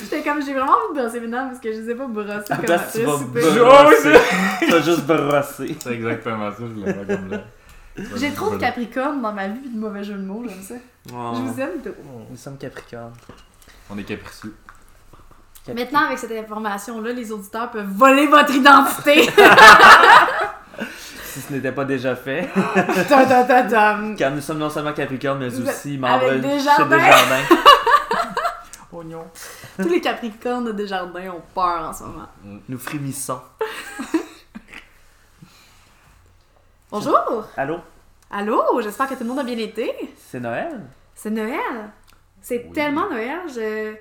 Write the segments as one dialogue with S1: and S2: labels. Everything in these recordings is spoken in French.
S1: J'étais comme, j'ai vraiment envie de brosser mes dents parce que je les ai pas brossées
S2: À la
S1: comme
S2: place,
S1: après
S2: Ah, tu vas
S1: souper.
S2: brosser. Tu vas juste brosser.
S3: C'est exactement ça, je l'ai pas comme là.
S1: J'ai trop de
S3: Voilà.
S1: capricornes dans ma vie pis de mauvais jeux de mots, j'aime ça. Je vous aime trop.
S2: Nous sommes Capricorne.
S3: On est capricieux.
S1: Maintenant, avec cette information-là, les auditeurs peuvent voler votre identité.
S2: Si ce n'était pas déjà fait,
S1: Ta, ta, ta, ta.
S2: car nous sommes non seulement Capricorne, mais
S1: Vous-
S2: aussi membres
S1: avec
S2: de
S1: Desjardins.
S2: Desjardins.
S3: Oignon.
S1: Tous les capricornes de Desjardins ont peur en ce moment.
S2: Nous frémissons.
S1: Bonjour!
S2: Allô?
S1: Allô? J'espère que tout le monde a bien été.
S2: C'est Noël?
S1: C'est Noël! C'est
S3: Oui.
S1: tellement Noël, je...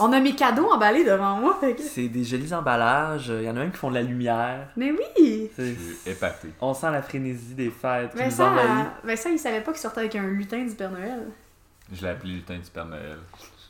S1: On a mes cadeaux emballés devant moi, fait que-
S2: C'est des jolis emballages. Il y en a même qui font de la lumière.
S1: Mais oui!
S3: Je
S2: C'est-
S3: suis épaté.
S2: On sent la frénésie des fêtes qui
S1: Mais
S2: nous
S1: ça,
S2: envahit.
S1: mais ça, il savait pas qu'il sortait avec un lutin du Père Noël.
S3: Je l'ai appelé lutin du Père Noël.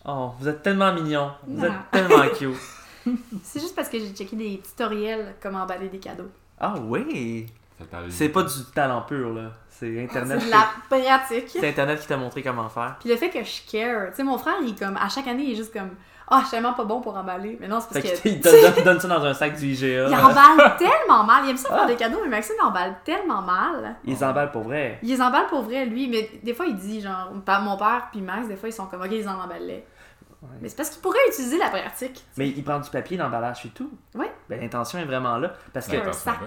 S2: Oh, vous êtes tellement mignons. Vous
S1: Non.
S2: êtes tellement cute.
S1: C'est juste parce que j'ai checké des tutoriels comment emballer des cadeaux.
S2: Ah oui!
S3: Ça parle-
S2: C'est pas du talent pur, là. C'est Internet.
S1: Ah, C'est de la pratique.
S2: Ah, C'est Internet qui t'a montré comment faire.
S1: Puis le fait que je care, tu sais, mon frère, il est comme, à chaque année, il est juste comme, ah, je suis tellement pas bon pour emballer. Mais non, c'est
S2: Fait
S1: parce que.
S2: qu'il te donne, donne- donne ça dans un sac du IGA.
S1: Il emballe tellement mal. Il aime
S2: Ah.
S1: ça faire des cadeaux, mais Maxime il emballe tellement mal.
S2: Ils emballent pour vrai.
S1: Il les emballe pour vrai, lui, mais des fois, il dit, genre, pa- mon père puis Max, des fois, ils sont comme, ok, ils en emballaient. Mais c'est parce qu'il pourrait utiliser la pratique.
S2: Mais il prend du papier d'emballage et tout.
S1: Ouais.
S2: Ben, l'intention est vraiment là. Parce que
S1: C'est un
S3: Ouais.
S1: sac.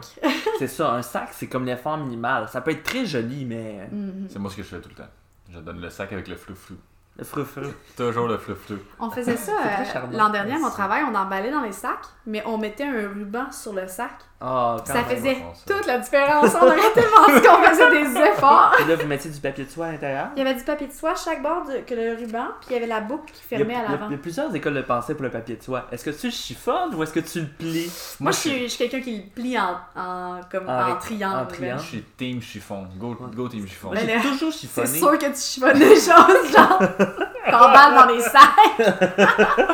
S2: c'est ça, un sac, c'est comme l'effort minimal. Ça peut être très joli, mais.
S1: Mhm.
S3: C'est moi ce que je fais tout le temps. Je donne le sac avec le flou-flou.
S2: Le frou-frou.
S3: Toujours le flou-flou.
S1: On faisait ça
S2: C'est très
S1: euh,
S2: charmant.
S1: l'an dernier à mon
S2: Merci.
S1: travail, on emballait dans les sacs, mais on mettait un ruban sur le sac.
S2: Ah, quand
S1: Ça
S2: même.
S1: faisait
S3: on fait ça.
S1: toute la différence. On aurait tellement dit qu'on faisait des efforts.
S2: Et là, vous mettiez du papier de soie à l'intérieur.
S1: Il y avait du papier de soie à chaque bord de- que le ruban, puis il y avait la boucle qui
S2: Il y, a,
S1: fermait à
S2: il y a-
S1: l'avant.
S2: il y a plusieurs écoles de pensée pour le papier de soie. Est-ce que tu le chiffonnes ou est-ce que tu le plies?
S1: Moi, je suis, je suis quelqu'un qui le plie en, en- comme,
S2: En
S1: en,
S2: rec-
S1: triangle.
S2: en triangle.
S3: Je suis team chiffon. Go, go team chiffon.
S2: Moi, J'ai
S1: le-
S2: toujours
S1: C'est
S2: chiffonné.
S1: sûr que tu chiffonnes des choses, genre, t'emballes dans les sacs.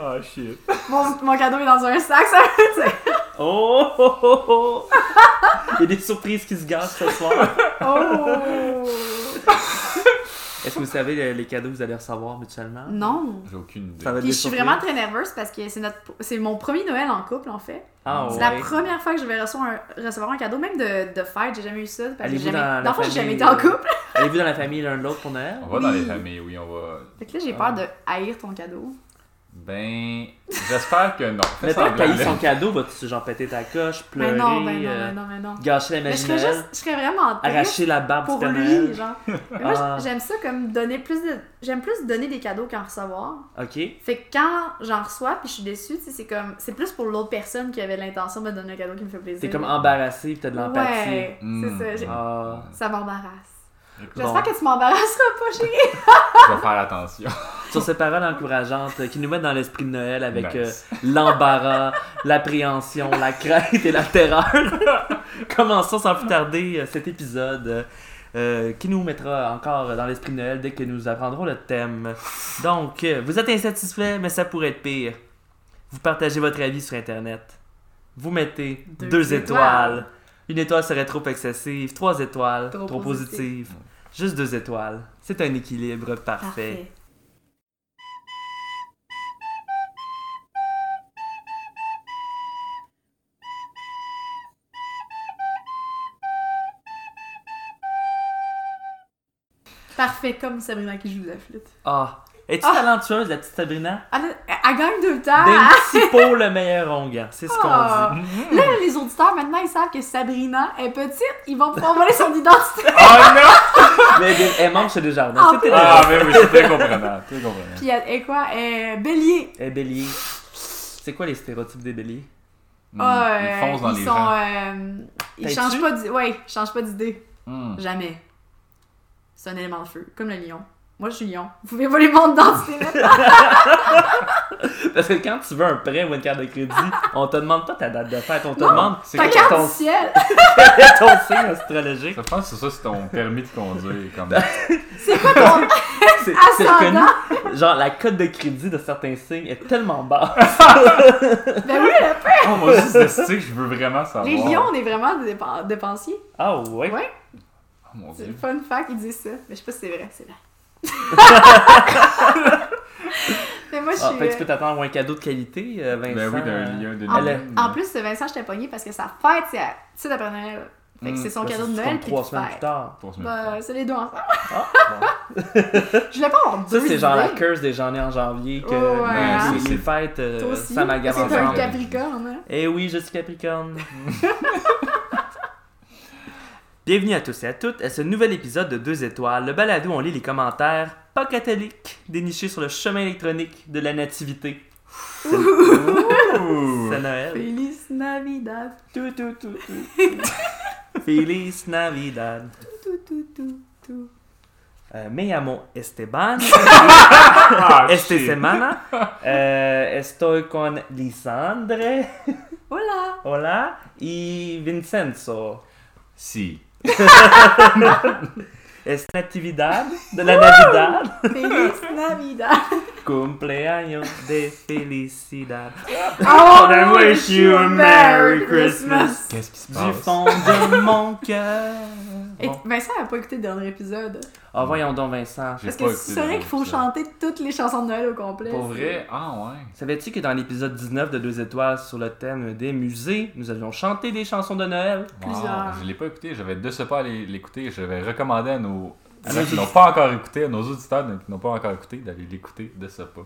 S3: Ah shit.
S1: Mon, mon cadeau est dans un sac, ça.
S2: Oh, oh, oh, oh. Il y a des surprises qui se gâchent ce soir.
S1: Oh!
S2: Est-ce que vous savez le- les cadeaux que vous allez recevoir mutuellement?
S1: Non.
S3: J'ai aucune idée.
S2: Ça va être
S1: Puis
S2: des
S1: je suis
S2: surprises.
S1: vraiment très nerveuse parce que c'est notre, c'est mon premier Noël en couple, en fait.
S2: Ah,
S1: C'est
S2: ouais.
S1: la première fois que je vais recevoir un, recevoir un cadeau, même de, de fête, j'ai jamais eu ça. Parce que
S2: Allez-vous
S1: j'ai jamais,
S2: dans la
S1: dans le fond, j'ai jamais
S2: famille,
S1: été en
S2: euh,
S1: couple.
S2: Allez-vous dans la famille l'un de l'autre pour Noël?
S3: On va dans les
S1: Oui.
S3: familles, oui, on va.
S1: Fait que là, j'ai
S2: Ah.
S1: peur de haïr ton cadeau.
S3: Ben. J'espère que non. Fais
S2: Mettons que
S3: semblant,
S2: t'as eu
S3: là.
S2: son cadeau, vas-tu genre péter ta coche, pleurer,
S1: Mais non, ben non,
S2: euh,
S1: ben non, ben non.
S2: gâcher la
S1: Mais je
S2: magie de
S1: serais
S2: Noël,
S1: juste, je serais vraiment triste
S2: arracher la barbe
S1: pour
S2: du Père
S1: lui,
S2: Noël?
S1: genre. Mais moi,
S2: Ah.
S1: j'aime ça comme donner plus de, j'aime plus donner des cadeaux qu'en recevoir.
S2: Ok.
S1: Fait que quand j'en reçois puis je suis déçue, tu sais, c'est comme, c'est plus pour l'autre personne qui avait l'intention de me donner un cadeau qui me fait plaisir.
S2: T'es comme embarrassé pis t'as de l'empathie.
S1: Ouais,
S3: Mm.
S1: c'est ça. j'ai-
S2: Ah.
S1: Ça m'embarrasse.
S2: Bon.
S1: J'espère que tu m'embarrasseras pas, chérie.
S3: Je vais faire attention.
S2: Sur ces paroles encourageantes euh, qui nous mettent dans l'esprit de Noël avec
S3: Nice.
S2: euh, l'embarras, l'appréhension, la crainte et la terreur. Commençons sans plus tarder euh, cet épisode euh, euh, qui nous mettra encore dans l'esprit de Noël dès que nous apprendrons le thème. Donc, euh, vous êtes insatisfait, mais ça pourrait être pire. Vous partagez votre avis sur Internet. Vous mettez deux,
S1: Deux
S2: étoiles.
S1: étoiles.
S2: Une étoile serait trop excessive. Trois étoiles, trop,
S1: Trop
S2: positive.
S1: positive.
S2: Juste deux étoiles. C'est un équilibre parfait.
S1: Parfait, comme Sabrina qui joue de la flûte.
S2: Ah, es-tu
S1: Ah.
S2: talentueuse, la petite Sabrina?
S1: Elle, elle- elle gagne deux temps.
S2: D'un
S1: hein?
S3: Ben
S2: petit pot, le meilleur onguent. C'est ce qu'on
S1: Ah.
S2: dit.
S1: Là, les auditeurs, maintenant, ils savent que Sabrina est petite. Ils vont pouvoir voler son identité.
S3: Oh non!
S2: Mais elle- elle mange chez Desjardins.
S1: Ah,
S2: C'était
S3: Ah, mais oui, c'est très comprenant. Très comprenant.
S1: Puis elle est quoi? Elle est bélier.
S2: Elle est bélier. C'est quoi les stéréotypes des béliers?
S3: Mm,
S1: Ah,
S3: Ils
S1: euh,
S3: foncent dans
S1: ils
S3: les
S1: sont,
S3: gens.
S1: euh, ils
S2: T'es
S1: changent
S2: dessus?
S1: pas d'idée. Ouais, ils changent pas d'idée.
S3: Mm.
S1: Jamais. C'est un élément de feu, comme le lion. Moi, je suis lion. Vous pouvez voler mon identité maintenant.
S2: Parce que quand tu veux un prêt ou une carte de crédit, on te demande pas ta date de fête, on te
S1: Non.
S2: demande c'est
S1: Ta
S2: quoi
S1: carte
S2: ton,
S1: du ciel.
S2: ton signe astrologique.
S3: Je pense que c'est ça, c'est ton permis de conduire. Comme... Moi,
S1: C'est quoi ton
S2: C'est c'est
S1: ascendant?
S2: reconnu. Genre, la cote de crédit de certains signes est tellement basse.
S1: Ben oui, le père.
S3: oh, moi aussi, c'est ce que je veux vraiment savoir.
S1: Les lions, on est vraiment des dépen- dépensiers.
S2: Ah ouais?
S1: Ouais.
S3: Oh, mon
S1: C'est
S3: dieu.
S1: fun fact, ils disent ça. Mais je sais pas si c'est vrai, c'est vrai. mais moi, je suis.
S2: Ah, fait que tu peux
S1: euh,
S2: t'attendre à un cadeau de qualité, euh, Vincent.
S3: Ben oui, d'un
S2: euh,
S3: lien, d'une
S1: en,
S2: Elle est-
S3: ligne.
S1: Ah, ben, en plus, Vincent, je t'ai pogné parce que sa fête, c'est à- c'est d'après Noël. Fait que
S3: Mm,
S1: c'est son
S2: ben,
S1: cadeau
S2: c'est
S1: de Noël.
S2: comme
S1: puis
S2: trois
S1: tu
S2: semaines
S1: fêtes.
S2: plus tard.
S3: Pour se mettre
S1: Bah, c'est les deux ensemble.
S2: Hmm. Ah, bon.
S1: Je vais pas avoir deux.
S2: Ça, c'est genre la
S1: idées.
S2: curse des janvier en janvier que ben,
S1: Ouais, hein?
S2: les, les fêtes, euh,
S1: Toi aussi.
S2: ça m'agace
S1: Parce que t'es un
S2: ensemble.
S3: cap-
S1: capricorne, hein.
S2: Eh oui, je suis Capricorne. Bienvenue à tous et à toutes à ce nouvel épisode de Deux Étoiles, le balado où on lit les commentaires pas catholiques dénichés sur le chemin électronique de la nativité. C'est
S1: ben,
S3: Ouh.
S2: c'est Noël.
S1: Feliz Navidad.
S2: Tout, tout, tout, tout. Feliz Navidad.
S1: Tout, tout, tout, tout.
S2: Euh, me llamo Esteban.
S3: Ah,
S2: Este
S3: shit.
S2: semana. Euh, estoy con Lisandre.
S1: Hola.
S2: Hola. Y Vincenzo.
S3: Si.
S2: Es Natividad de la Navidad.
S1: Feliz Navidad.
S2: Cumpleaños de felicidad.
S3: Ah,
S1: Oh,
S2: I wish you a Merry Christmas.
S3: Qu'est-ce qui se
S2: Du
S3: passe?
S2: fond de mon cœur.
S1: Et
S2: Bon.
S1: Vincent a pas écouté le dernier épisode.
S2: Ah, voyons donc, Vincent.
S3: J'ai
S1: Parce
S3: pas
S1: que
S3: écouté
S1: c'est vrai
S3: le
S1: qu'il faut
S3: dernier
S1: chanter toutes les chansons de Noël au complet.
S3: épisode. Pour vrai? Ah ouais.
S2: Savais-tu que dans l'épisode 19 de Deux Étoiles sur le thème des musées, nous avions chanté des chansons de Noël?
S3: Wow,
S1: Plusieurs.
S3: Je l'ai pas écouté, j'avais de ce pas à l'é- l'écouter. Je vais recommander à nos. à
S2: À
S3: ceux
S2: nos
S3: qui n'ont pas encore écouté, à nos auditeurs qui n'ont pas encore écouté, d'aller l'écouter de ce pas.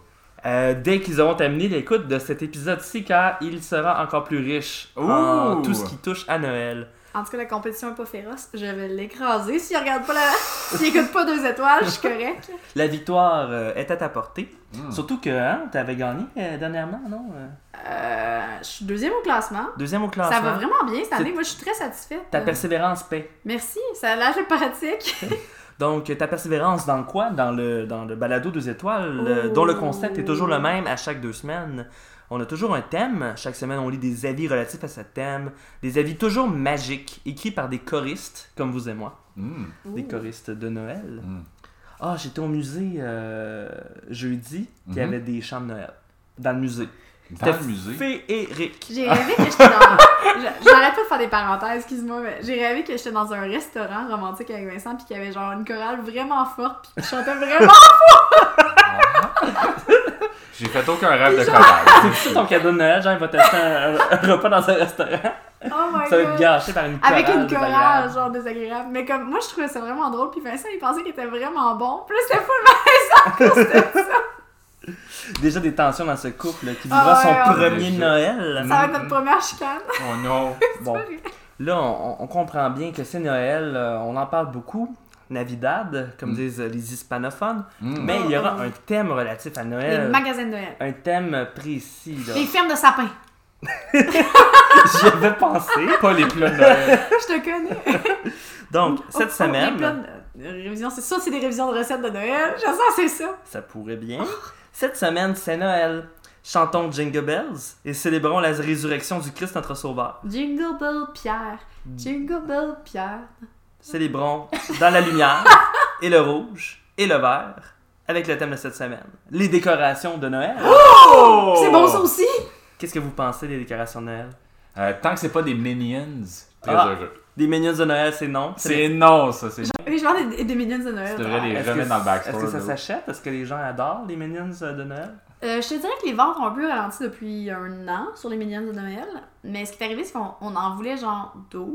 S2: Euh, dès qu'ils auront terminé l'écoute de cet épisode-ci, car il sera encore plus riche en
S3: Ouh!
S2: tout ce qui touche à Noël.
S1: En tout cas, la compétition est pas féroce. Je vais l'écraser. S'il regarde pas la. S'il écoute pas deux étoiles, je suis correct.
S2: La victoire euh, est à ta portée.
S3: Hmm.
S2: Surtout que hein, tu avais gagné euh, dernièrement, non? Euh,
S1: Euh, je suis deuxième au classement.
S2: Deuxième au classement.
S1: Ça va vraiment bien cette année.
S2: C'est-
S1: Moi, je suis très satisfaite.
S2: Ta persévérance paie.
S1: Merci. Ça a l'air de pratique.
S2: Donc, ta persévérance dans quoi? Dans le, dans le balado deux étoiles, euh,
S1: Oh.
S2: dont le concept est toujours le même à chaque deux semaines. On a toujours un thème. Chaque semaine, on lit des avis relatifs à ce thème. Des avis toujours magiques, écrits par des choristes, comme vous et moi.
S3: Hmm.
S2: Des choristes de Noël.
S3: Hmm.
S2: Ah, j'étais au musée euh, jeudi, puis il y
S3: Mhm.
S2: avait des chants de Noël. Dans le musée.
S3: Dans le musée.
S2: Féerique.
S1: J'ai rêvé que j'étais dans. Je- J'arrête pas de faire des parenthèses, excuse-moi, mais j'ai rêvé que j'étais dans un restaurant romantique avec Vincent, puis qu'il y avait genre une chorale vraiment forte, puis qui chantait vraiment.
S3: J'ai fait aucun rêve de
S1: Déjà.
S3: chorale.
S2: C'est ton cadeau de Noël, genre, il va t'acheter un, un repas dans un restaurant.
S1: Oh my
S2: Ça va
S1: god.
S2: être gâché par une chorale.
S1: Avec une
S2: désagréable.
S1: chorale, genre désagréable. Mais comme moi, je trouvais ça vraiment drôle. Puis Vincent, il pensait qu'il était vraiment bon. Puis là, c'était fou.
S2: Déjà des tensions dans ce couple qui vivra
S1: Ah ouais,
S2: son
S1: on-
S2: premier
S3: Déjà.
S2: Noël.
S1: Ça va être notre première chicane.
S3: Oh non.
S2: Bon, là, on, on comprend bien que c'est Noël, euh, on en parle beaucoup. Navidad, comme
S3: Mm.
S2: disent euh, les hispanophones.
S3: Hmm.
S2: Mais il y aura
S1: Oh, oh.
S2: un thème relatif à
S1: Les
S2: Noël.
S1: magasins de Noël.
S2: Un thème précis, là.
S1: Les fermes de sapins.
S2: J'y avais pensé.
S3: Pas les plats de Noël.
S1: Je te connais.
S2: Donc, cette
S1: Oh, oh,
S2: semaine.
S1: Les plans de- de révisions, c'est ça, c'est des révisions de recettes de Noël. Je sens, c'est ça.
S2: Ça pourrait bien. Cette semaine, c'est Noël. Chantons Jingle Bells et célébrons la résurrection du Christ notre Sauveur.
S1: Jingle Bell Pierre. Jingle Bell Pierre.
S2: Célébrons dans la lumière et le rouge et le vert avec le thème de cette semaine. Les décorations de Noël. Oh.
S1: C'est bon ça aussi.
S2: Qu'est-ce que vous pensez des décorations de Noël?
S3: Euh, tant que c'est pas des Minions, très
S2: Ah.
S3: heureux.
S2: Des Minions de Noël, c'est non.
S3: C'est non, ça. C'est
S1: Oui, je parle des, des Minions de Noël.
S3: C'est vrai, les-
S2: Est-ce
S3: Jamais
S2: que,
S3: dans le backstore,
S2: est-ce que ça
S3: là.
S2: s'achète? Est-ce que les gens adorent les Minions euh, de Noël?
S1: Euh, je te dirais que les ventes ont un peu ralenti depuis un an sur les Minions de Noël. Mais ce qui est arrivé, c'est qu'on on en voulait genre 12.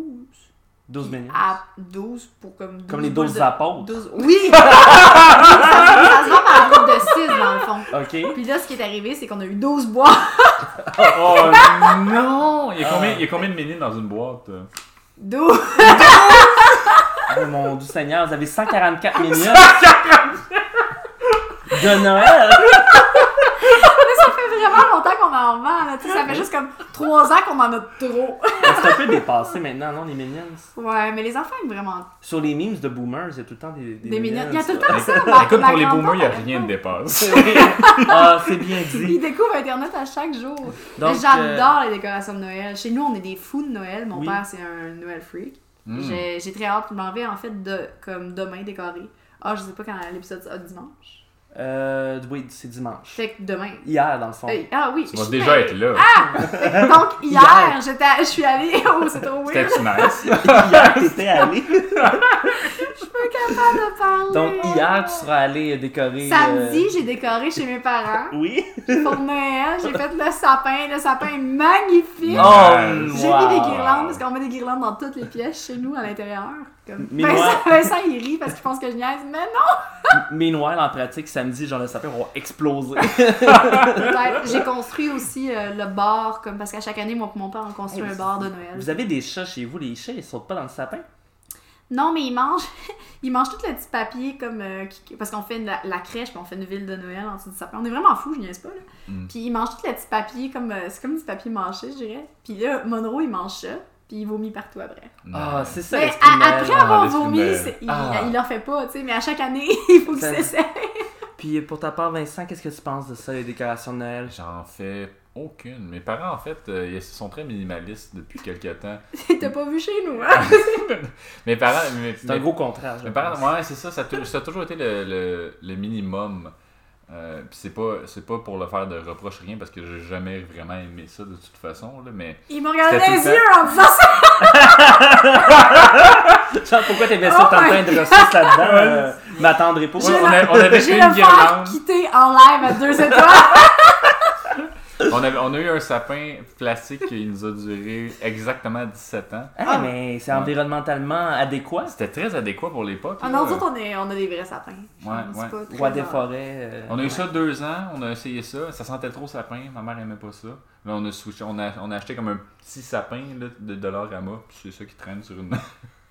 S2: 12 Minions.
S1: à 12 pour comme 12
S2: Comme les
S1: boules
S2: 12
S1: de-
S2: apôtres.
S1: 12... Oui! ça, se- ça se vend par groupe de 6 dans le fond.
S2: OK.
S1: Puis là, ce qui est arrivé, c'est qu'on a eu 12 boîtes.
S3: Oh non! Il y, a
S2: Ah.
S3: combien, il y a combien de Minions dans une boîte? euh?
S1: 12!
S2: Oh mon Dieu Seigneur, vous avez 144 Minions. De Noël!
S1: ça fait vraiment longtemps qu'on en vend. Là. Tu sais, ça fait juste comme 3 ans qu'on en a trop.
S2: C'est un peu dépassé maintenant, non, les Minions?
S1: Ouais, mais les enfants aiment vraiment
S2: Sur les memes de boomers, il y a tout le temps des,
S1: des Minions. Il y a tout le temps ça. ma-
S3: Ben, Écoute,
S1: ma
S3: pour les
S1: grand-mère,
S3: boomers, il n'y a
S1: elle aime
S3: rien de
S1: pas.
S3: dépasse.
S2: temps. ah, c'est bien
S1: Ils
S2: dit.
S1: découvrent Internet à chaque jour.
S2: Donc, euh,
S1: Mais J'adore les décorations de Noël. Chez nous, on est des fous de Noël. Mon
S2: Oui. Mm.
S1: père, c'est un Noël freak.
S3: Hmm.
S1: J'ai j'ai très hâte. Je m'en vais, en fait, de, comme demain décorer. Ah, je sais pas quand l'épisode sera dimanche.
S2: euh, oui, c'est dimanche.
S1: Fait que demain.
S2: Hier, dans le fond.
S1: Euh, ah oui.
S3: Tu
S1: je
S3: vas
S1: suis
S3: déjà
S1: allée.
S3: être là.
S1: Donc hier,
S2: Hier.
S1: j'étais, je suis allée. Oh, c'est trop weird.
S3: C'était nice.
S2: Hier, t'étais allé.
S1: pas capable de parler.
S2: Donc, hier, euh, tu seras allé décorer.
S1: Samedi, j'ai décoré chez mes parents.
S2: euh, Oui.
S1: Pour Noël, j'ai fait le sapin. Le sapin est magnifique.
S2: Oh,
S1: J'ai
S2: wow.
S1: mis des guirlandes parce qu'on met des guirlandes dans toutes les pièces chez nous à l'intérieur. Comme...
S2: Mais
S1: Vincent,
S2: moi-
S1: Vincent, il rit parce qu'il pense que je niaise, mais non!
S2: Meanwhile, en pratique, samedi, genre, le sapin va exploser.
S1: Peut-être. Ben, J'ai construit aussi euh, le bar, comme parce qu'à chaque année, moi et mon père, on construit un bar de Noël.
S2: Vous avez des chats chez vous, les chats, ils sautent pas dans le sapin?
S1: Non, mais ils mangent, ils mangent tout le petit papier comme euh, qui- parce qu'on fait une- la, la crèche, puis on fait une ville de Noël en dessous du sapin. On est vraiment fous, je niaise pas là.
S3: Mm.
S1: Puis ils mangent tout le petit papier comme euh, c'est comme du papier mâché, je dirais. Puis là, Monroe il mange ça, puis il vomit partout après.
S2: Ah, c'est ça
S1: Mais
S2: l'esprit de
S1: à-
S2: Noël.
S1: après avoir
S3: ah, l'esprit de
S1: vomi,
S3: Noël.
S1: c'est- il,
S2: Ah.
S1: il leur fait pas, tu sais. Mais à chaque année, il faut
S2: Ça-
S1: qu'ils s'essaient.
S2: Puis pour ta part, Vincent, qu'est-ce que tu penses de ça, les décorations de Noël?
S3: J'en fais aucune. Mes parents, en fait, euh, ils sont très minimalistes depuis quelques temps.
S1: T'as pas vu chez nous, hein?
S3: Mes parents. mes-
S2: C'est un
S3: mes-
S2: gros contraste. je
S3: mes parents-
S2: pense.
S3: ouais, c'est ça. Ça a, tou- ça a toujours été le, le- le minimum. Euh, Puis c'est pas, c'est pas pour le faire de reproche rien parce que j'ai jamais vraiment aimé ça de toute façon. Là, mais
S1: Ils m'ont regardé
S3: C'était
S1: dans les
S3: tout le
S1: yeux en disant ça.
S2: Genre, pourquoi t'aimais ça
S1: Oh
S2: tant
S1: my
S2: plein de ressources là-dedans? euh, M'attendrai pas.
S3: on, on a- on avait
S1: J'ai le
S3: fait une
S1: faire
S3: guirlande.
S1: quitter en live à deux étoiles.
S3: On, avait- on a eu un sapin plastique qui nous a duré exactement 17 ans.
S2: Ah, mais c'est environnementalement adéquat.
S3: C'était très adéquat pour l'époque.
S1: Ah
S3: là.
S1: non, nous autres, on, est, on a des vrais sapins.
S3: Ouais,
S1: C'est
S3: ouais.
S1: pas très
S2: Roi des
S1: rare.
S2: forêts. euh,
S3: On a eu ça deux ans, on a essayé ça, ça sentait trop sapin, ma mère aimait pas ça. Là, on a switché, on a, on a acheté comme un petit sapin là, de Dollarama, puis c'est ça qui traîne sur une.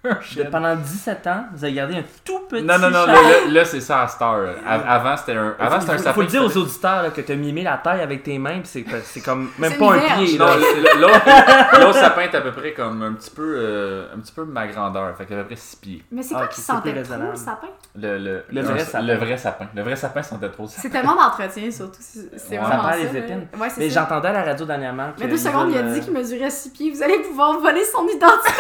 S3: un
S2: de-
S3: shed.
S2: pendant 17 ans, vous avez gardé un tout petit.
S3: non, non, non,
S2: chat.
S3: là, là, là, c'est ça à Star. Avant, c'était un, avant, c'était un
S2: Faut-
S3: sapin.
S2: Faut le dire
S3: qui
S2: aux auditeurs là, que t'as mimé la taille avec tes mains, pis c'est c'est comme même
S1: C'est
S2: pas un
S1: une verge.
S2: pied.
S3: était- Non,
S2: Là.
S3: le- l'autre l'autre sapin est à peu près comme un petit peu, euh, un petit peu ma grandeur, fait qu'il y avait à peu près 6 pieds.
S1: Mais c'est
S2: Ah,
S1: quoi
S2: ok,
S1: qui
S2: c'est plus
S1: sentait trop
S2: raisonnable.
S1: le sapin?
S3: Le, le,
S2: Le
S3: un-
S2: vrai sapin.
S3: le vrai sapin. Le vrai sapin sentait trop sapin.
S1: C'est tellement d'entretien, surtout. C'est c'est
S3: Ouais.
S1: vraiment ça.
S2: Ça perd les
S1: là.
S2: épines.
S1: Ouais, c'est
S2: Mais
S1: ça.
S2: j'entendais à la radio dernièrement.
S1: Mais
S2: que
S1: deux
S2: ils
S1: secondes, il a
S2: veulent,
S1: dit
S2: euh,
S1: qu'il mesurait six pieds. Vous allez pouvoir voler son identité.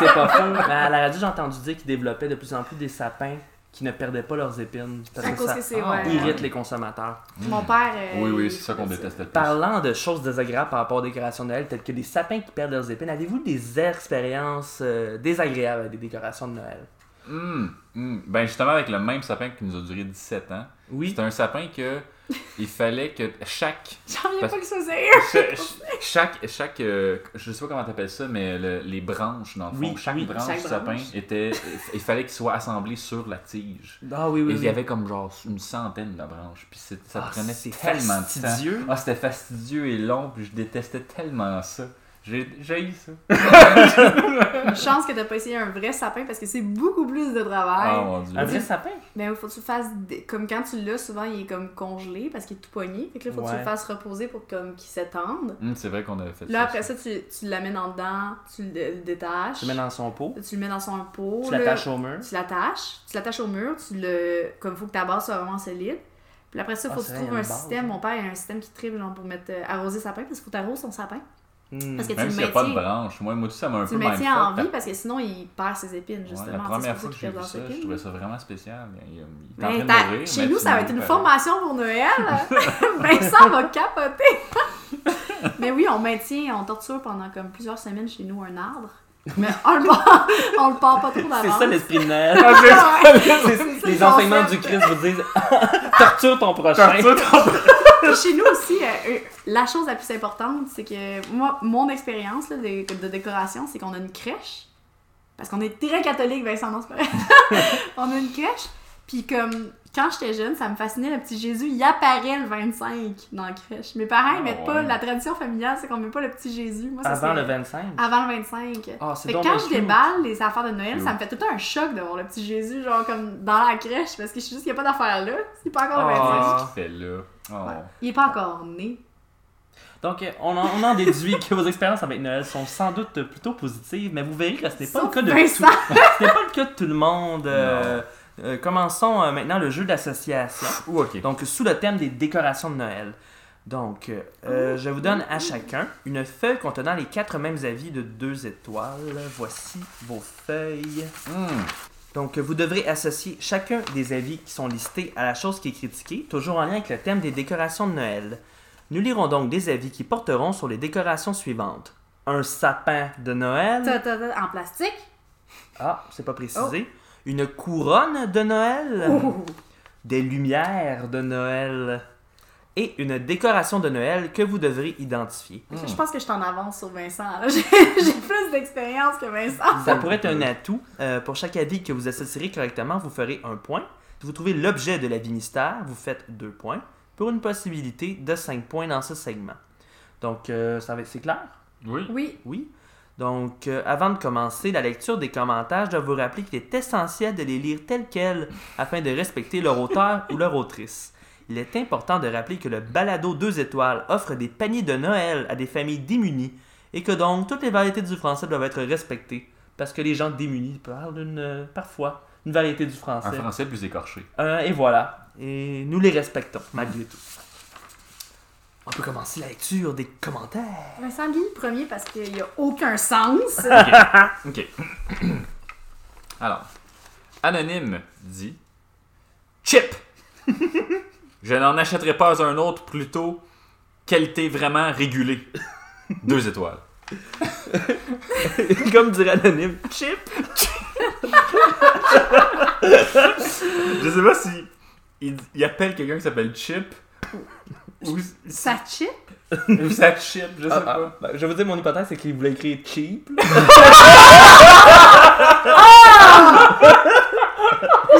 S2: C'est pas faux. Mais à la radio, j'ai entendu dire qu'ils développaient de plus en plus des sapins qui ne perdaient pas leurs épines. Parce
S1: À
S2: que
S1: cause
S2: ça Oh,
S1: que c'est.
S3: ah,
S1: ouais.
S3: il
S2: irrite les consommateurs.
S1: Mon père. euh,
S3: Mm. Hmm. Oui, oui,
S1: il-
S3: c'est ça qu'on détestait le plus.
S2: Parlant de choses désagréables par rapport aux décorations de Noël, peut-être que des sapins qui perdent leurs épines, avez-vous des expériences euh, désagréables avec des décorations de Noël?
S3: Hum, hum. Ben justement avec le même sapin qui nous a duré 17 ans.
S2: Oui.
S3: C'est un sapin que il fallait que chaque
S1: J'en reviens
S3: Parce-
S1: pas que ça sérieux.
S3: chaque chaque, chaque, euh, je sais pas comment t'appelles ça mais le- les branches dans le fond,
S2: Oui,
S3: chaque
S2: oui.
S3: branche
S1: Chaque
S3: du sapin
S1: branche.
S3: était il fallait qu'ils soient assemblés sur la tige.
S2: Ah oui,
S3: Et
S2: oui.
S3: il
S2: oui.
S3: y avait comme genre une centaine de branches puis c'est- ça
S2: Ah,
S3: prenait
S2: c'est
S3: tellement de temps.
S2: fastidieux.
S3: Ah, c'était fastidieux et long puis je détestais tellement ça. J'ai j'ai eu ça.
S1: Une chance que t'as pas essayé un vrai sapin parce que c'est beaucoup plus de
S3: Ah
S1: travail.
S3: mon dieu.
S2: Un vrai sapin?
S1: Mais il faut que tu le fasses. dé- Comme quand tu l'as, souvent il est comme congelé parce qu'il est tout pogné. Fait que là, faut que tu
S2: Ouais.
S1: le fasses reposer pour comme qu'il s'étende.
S3: Hum, c'est vrai qu'on avait fait
S1: Là,
S3: ça.
S1: après ça, tu, tu l'amènes en dedans, tu le, le détaches.
S2: Tu le mets dans son pot,
S1: Tu le mets dans son pot.
S2: tu
S1: là.
S2: l'attaches au mur.
S1: Tu l'attaches, tu l'attaches au mur, tu le. Comme il faut que ta base soit vraiment solide. Puis après ça,
S2: Ah,
S1: faut que
S2: c'est
S1: tu
S2: vrai,
S1: trouves
S2: il y a
S1: un
S2: une base,
S1: système.
S2: hein.
S1: Mon père, il y a un système qui triple genre pour mettre euh, arroser sapin parce qu'il faut t'arroser son sapin.
S2: Hmm.
S1: Parce que
S3: Même
S1: tu
S3: s'il
S1: le
S3: n'y a pas de
S1: maintiens.
S3: branche, moi, moi tout ça m'a un
S1: Tu
S3: peu
S1: le maintiens
S3: mindfuck,
S1: en vie parce que sinon il perd ses épines,
S3: Ouais,
S1: justement.
S3: la
S1: Tu sais,
S3: première
S1: c'est
S3: fois
S1: pour
S3: que
S1: ça
S3: j'ai
S1: perd
S3: vu
S1: leurs
S3: ça,
S1: épines.
S3: je trouvais ça vraiment spécial. Il, il- il est en
S1: Ben,
S3: train de
S1: t'as-
S3: mourir, ben,
S1: chez
S3: mais
S1: nous,
S3: tu
S1: ça va
S3: mouris
S1: être une
S3: pareil.
S1: formation pour Noël. Vincent va capoter. mais oui, on maintient, on torture pendant comme plusieurs semaines chez nous un arbre. Mais on le part, on le part pas trop d'avance. Ah
S2: C'est ça l'esprit de Noël. Ah,
S1: Ouais.
S2: C'est-
S1: ça,
S2: les
S1: le
S2: enseignements du
S1: concept.
S2: Christ vous disent torture ton prochain.
S1: Puis chez nous aussi, euh, euh, la chose la plus importante, c'est que moi, mon expérience là, de, de décoration, c'est qu'on a une crèche. Parce qu'on est très catholique, Vincent, non, c'est pas vrai. On a une crèche. Puis comme quand j'étais jeune, ça me fascinait le petit Jésus. Il apparaît le 25 dans la crèche. Mes parents, ils
S3: Ah
S1: mettent
S3: ouais.
S1: pas. La tradition familiale, c'est qu'on met pas le petit Jésus. Moi, ça,
S2: Avant
S1: c'est-
S2: le 25.
S1: Avant le 25.
S2: Ah,
S1: Fait
S2: c'est
S1: que
S2: donc
S1: quand
S2: bien
S1: je
S2: cute.
S1: déballe les affaires de Noël,
S3: Cute.
S1: ça me fait tout le temps un choc de voir le petit Jésus, genre comme dans la crèche, parce que je suis juste qu'il n'y a pas d'affaires là. C'est pas encore le 25.
S2: Ah.
S3: Qu'est-ce qu'il fait là? Oh.
S1: Il est pas encore né.
S2: Donc, euh, on en, on en déduit que vos expériences avec Noël sont sans doute plutôt positives, mais vous verrez que ce n'est pas, le
S1: Sauf
S2: cas de tout-
S1: Vincent.
S2: ce n'est pas le cas de tout le monde. Euh, euh, commençons euh, maintenant le jeu d'association.
S3: Ou ok.
S2: Donc, sous le thème des décorations de Noël. Donc, euh, je vous donne à chacun une feuille contenant les quatre mêmes avis de deux étoiles. Voici vos feuilles.
S3: Hmm.
S2: Donc, vous devrez associer chacun des avis qui sont listés à la chose qui est critiquée, toujours en lien avec le thème des décorations de Noël. Nous lirons donc des avis qui porteront sur les décorations suivantes. Un sapin de Noël.
S1: Ta, ta, ta, en plastique.
S2: Ah, c'est pas précisé. Oh. une couronne de Noël,
S1: Ouh.
S2: des lumières de Noël et une décoration de Noël que vous devrez identifier.
S3: hmm. hum.
S1: Je pense que je t'en avance sur Vincent. là. J'ai j'ai plus d'expérience que Vincent.
S2: Ça pourrait être un atout. Euh, pour chaque avis que vous associerez correctement, vous ferez un point. Si vous trouvez l'objet de l'avis mystère, vous faites deux points pour une possibilité de cinq points dans ce segment. Donc, euh, ça va être- c'est clair?
S3: Oui.
S1: Oui.
S2: Oui. Donc, euh, avant de commencer la lecture des commentaires, je dois vous rappeler qu'il est essentiel de les lire tels quels afin de respecter leur auteur ou leur autrice. Il est important de rappeler que le balado 2 étoiles offre des paniers de Noël à des familles démunies et que donc toutes les variétés du français doivent être respectées parce que les gens démunis parlent d'une, euh, parfois une variété du
S3: Un
S2: français.
S3: français plus écorché.
S2: Euh, et voilà. Et nous les respectons malgré tout. On peut commencer la lecture des commentaires.
S1: Vincent Guy, premier, parce qu'il n'y a aucun sens.
S3: Ok. Alors, Anonyme dit Chip Je n'en achèterai pas un autre, plutôt qualité vraiment régulée. Deux étoiles.
S2: Comme dirait Anonyme, chip.
S3: Je sais pas si il, il appelle quelqu'un qui s'appelle Chip ou,
S1: Ça chip?
S3: ou ça Chip, je sais
S2: Ah, ah,
S3: pas.
S2: ben, je veux dire, mon hypothèse, c'est qu'il voulait écrire cheap. là.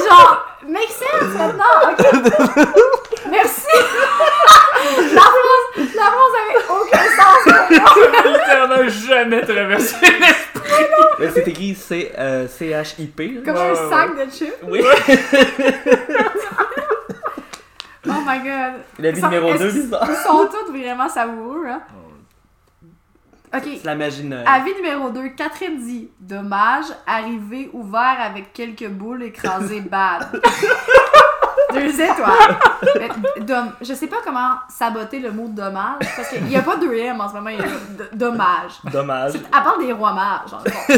S1: Genre, make sense maintenant, ok? Merci! la rose, la rose avait aucun sens!
S3: On n'a jamais traversé l'esprit.
S2: Mais c'est écrit C- euh, C-H-I-P. là.
S1: Comme
S3: Ouais,
S1: un
S3: ouais,
S1: sac de chips.
S2: Oui.
S1: Oh my god.
S2: La vie
S1: Ça-
S2: numéro
S1: est-ce
S2: 2,
S1: qu'ils-
S2: bizarre.
S1: Ils sont tous vraiment savoureux, hein?
S2: C'est
S1: Ok.
S2: la magie de Noël.
S1: Avis numéro 2, Catherine dit Dommage, arrivé ouvert avec quelques boules écrasées bad. Deux étoiles. Mais, dom- je sais pas comment saboter le mot dommage parce qu'il n'y a pas de M en ce moment, il y a d- dommage.
S2: Dommage.
S1: C'est- À part des rois mages, en fait.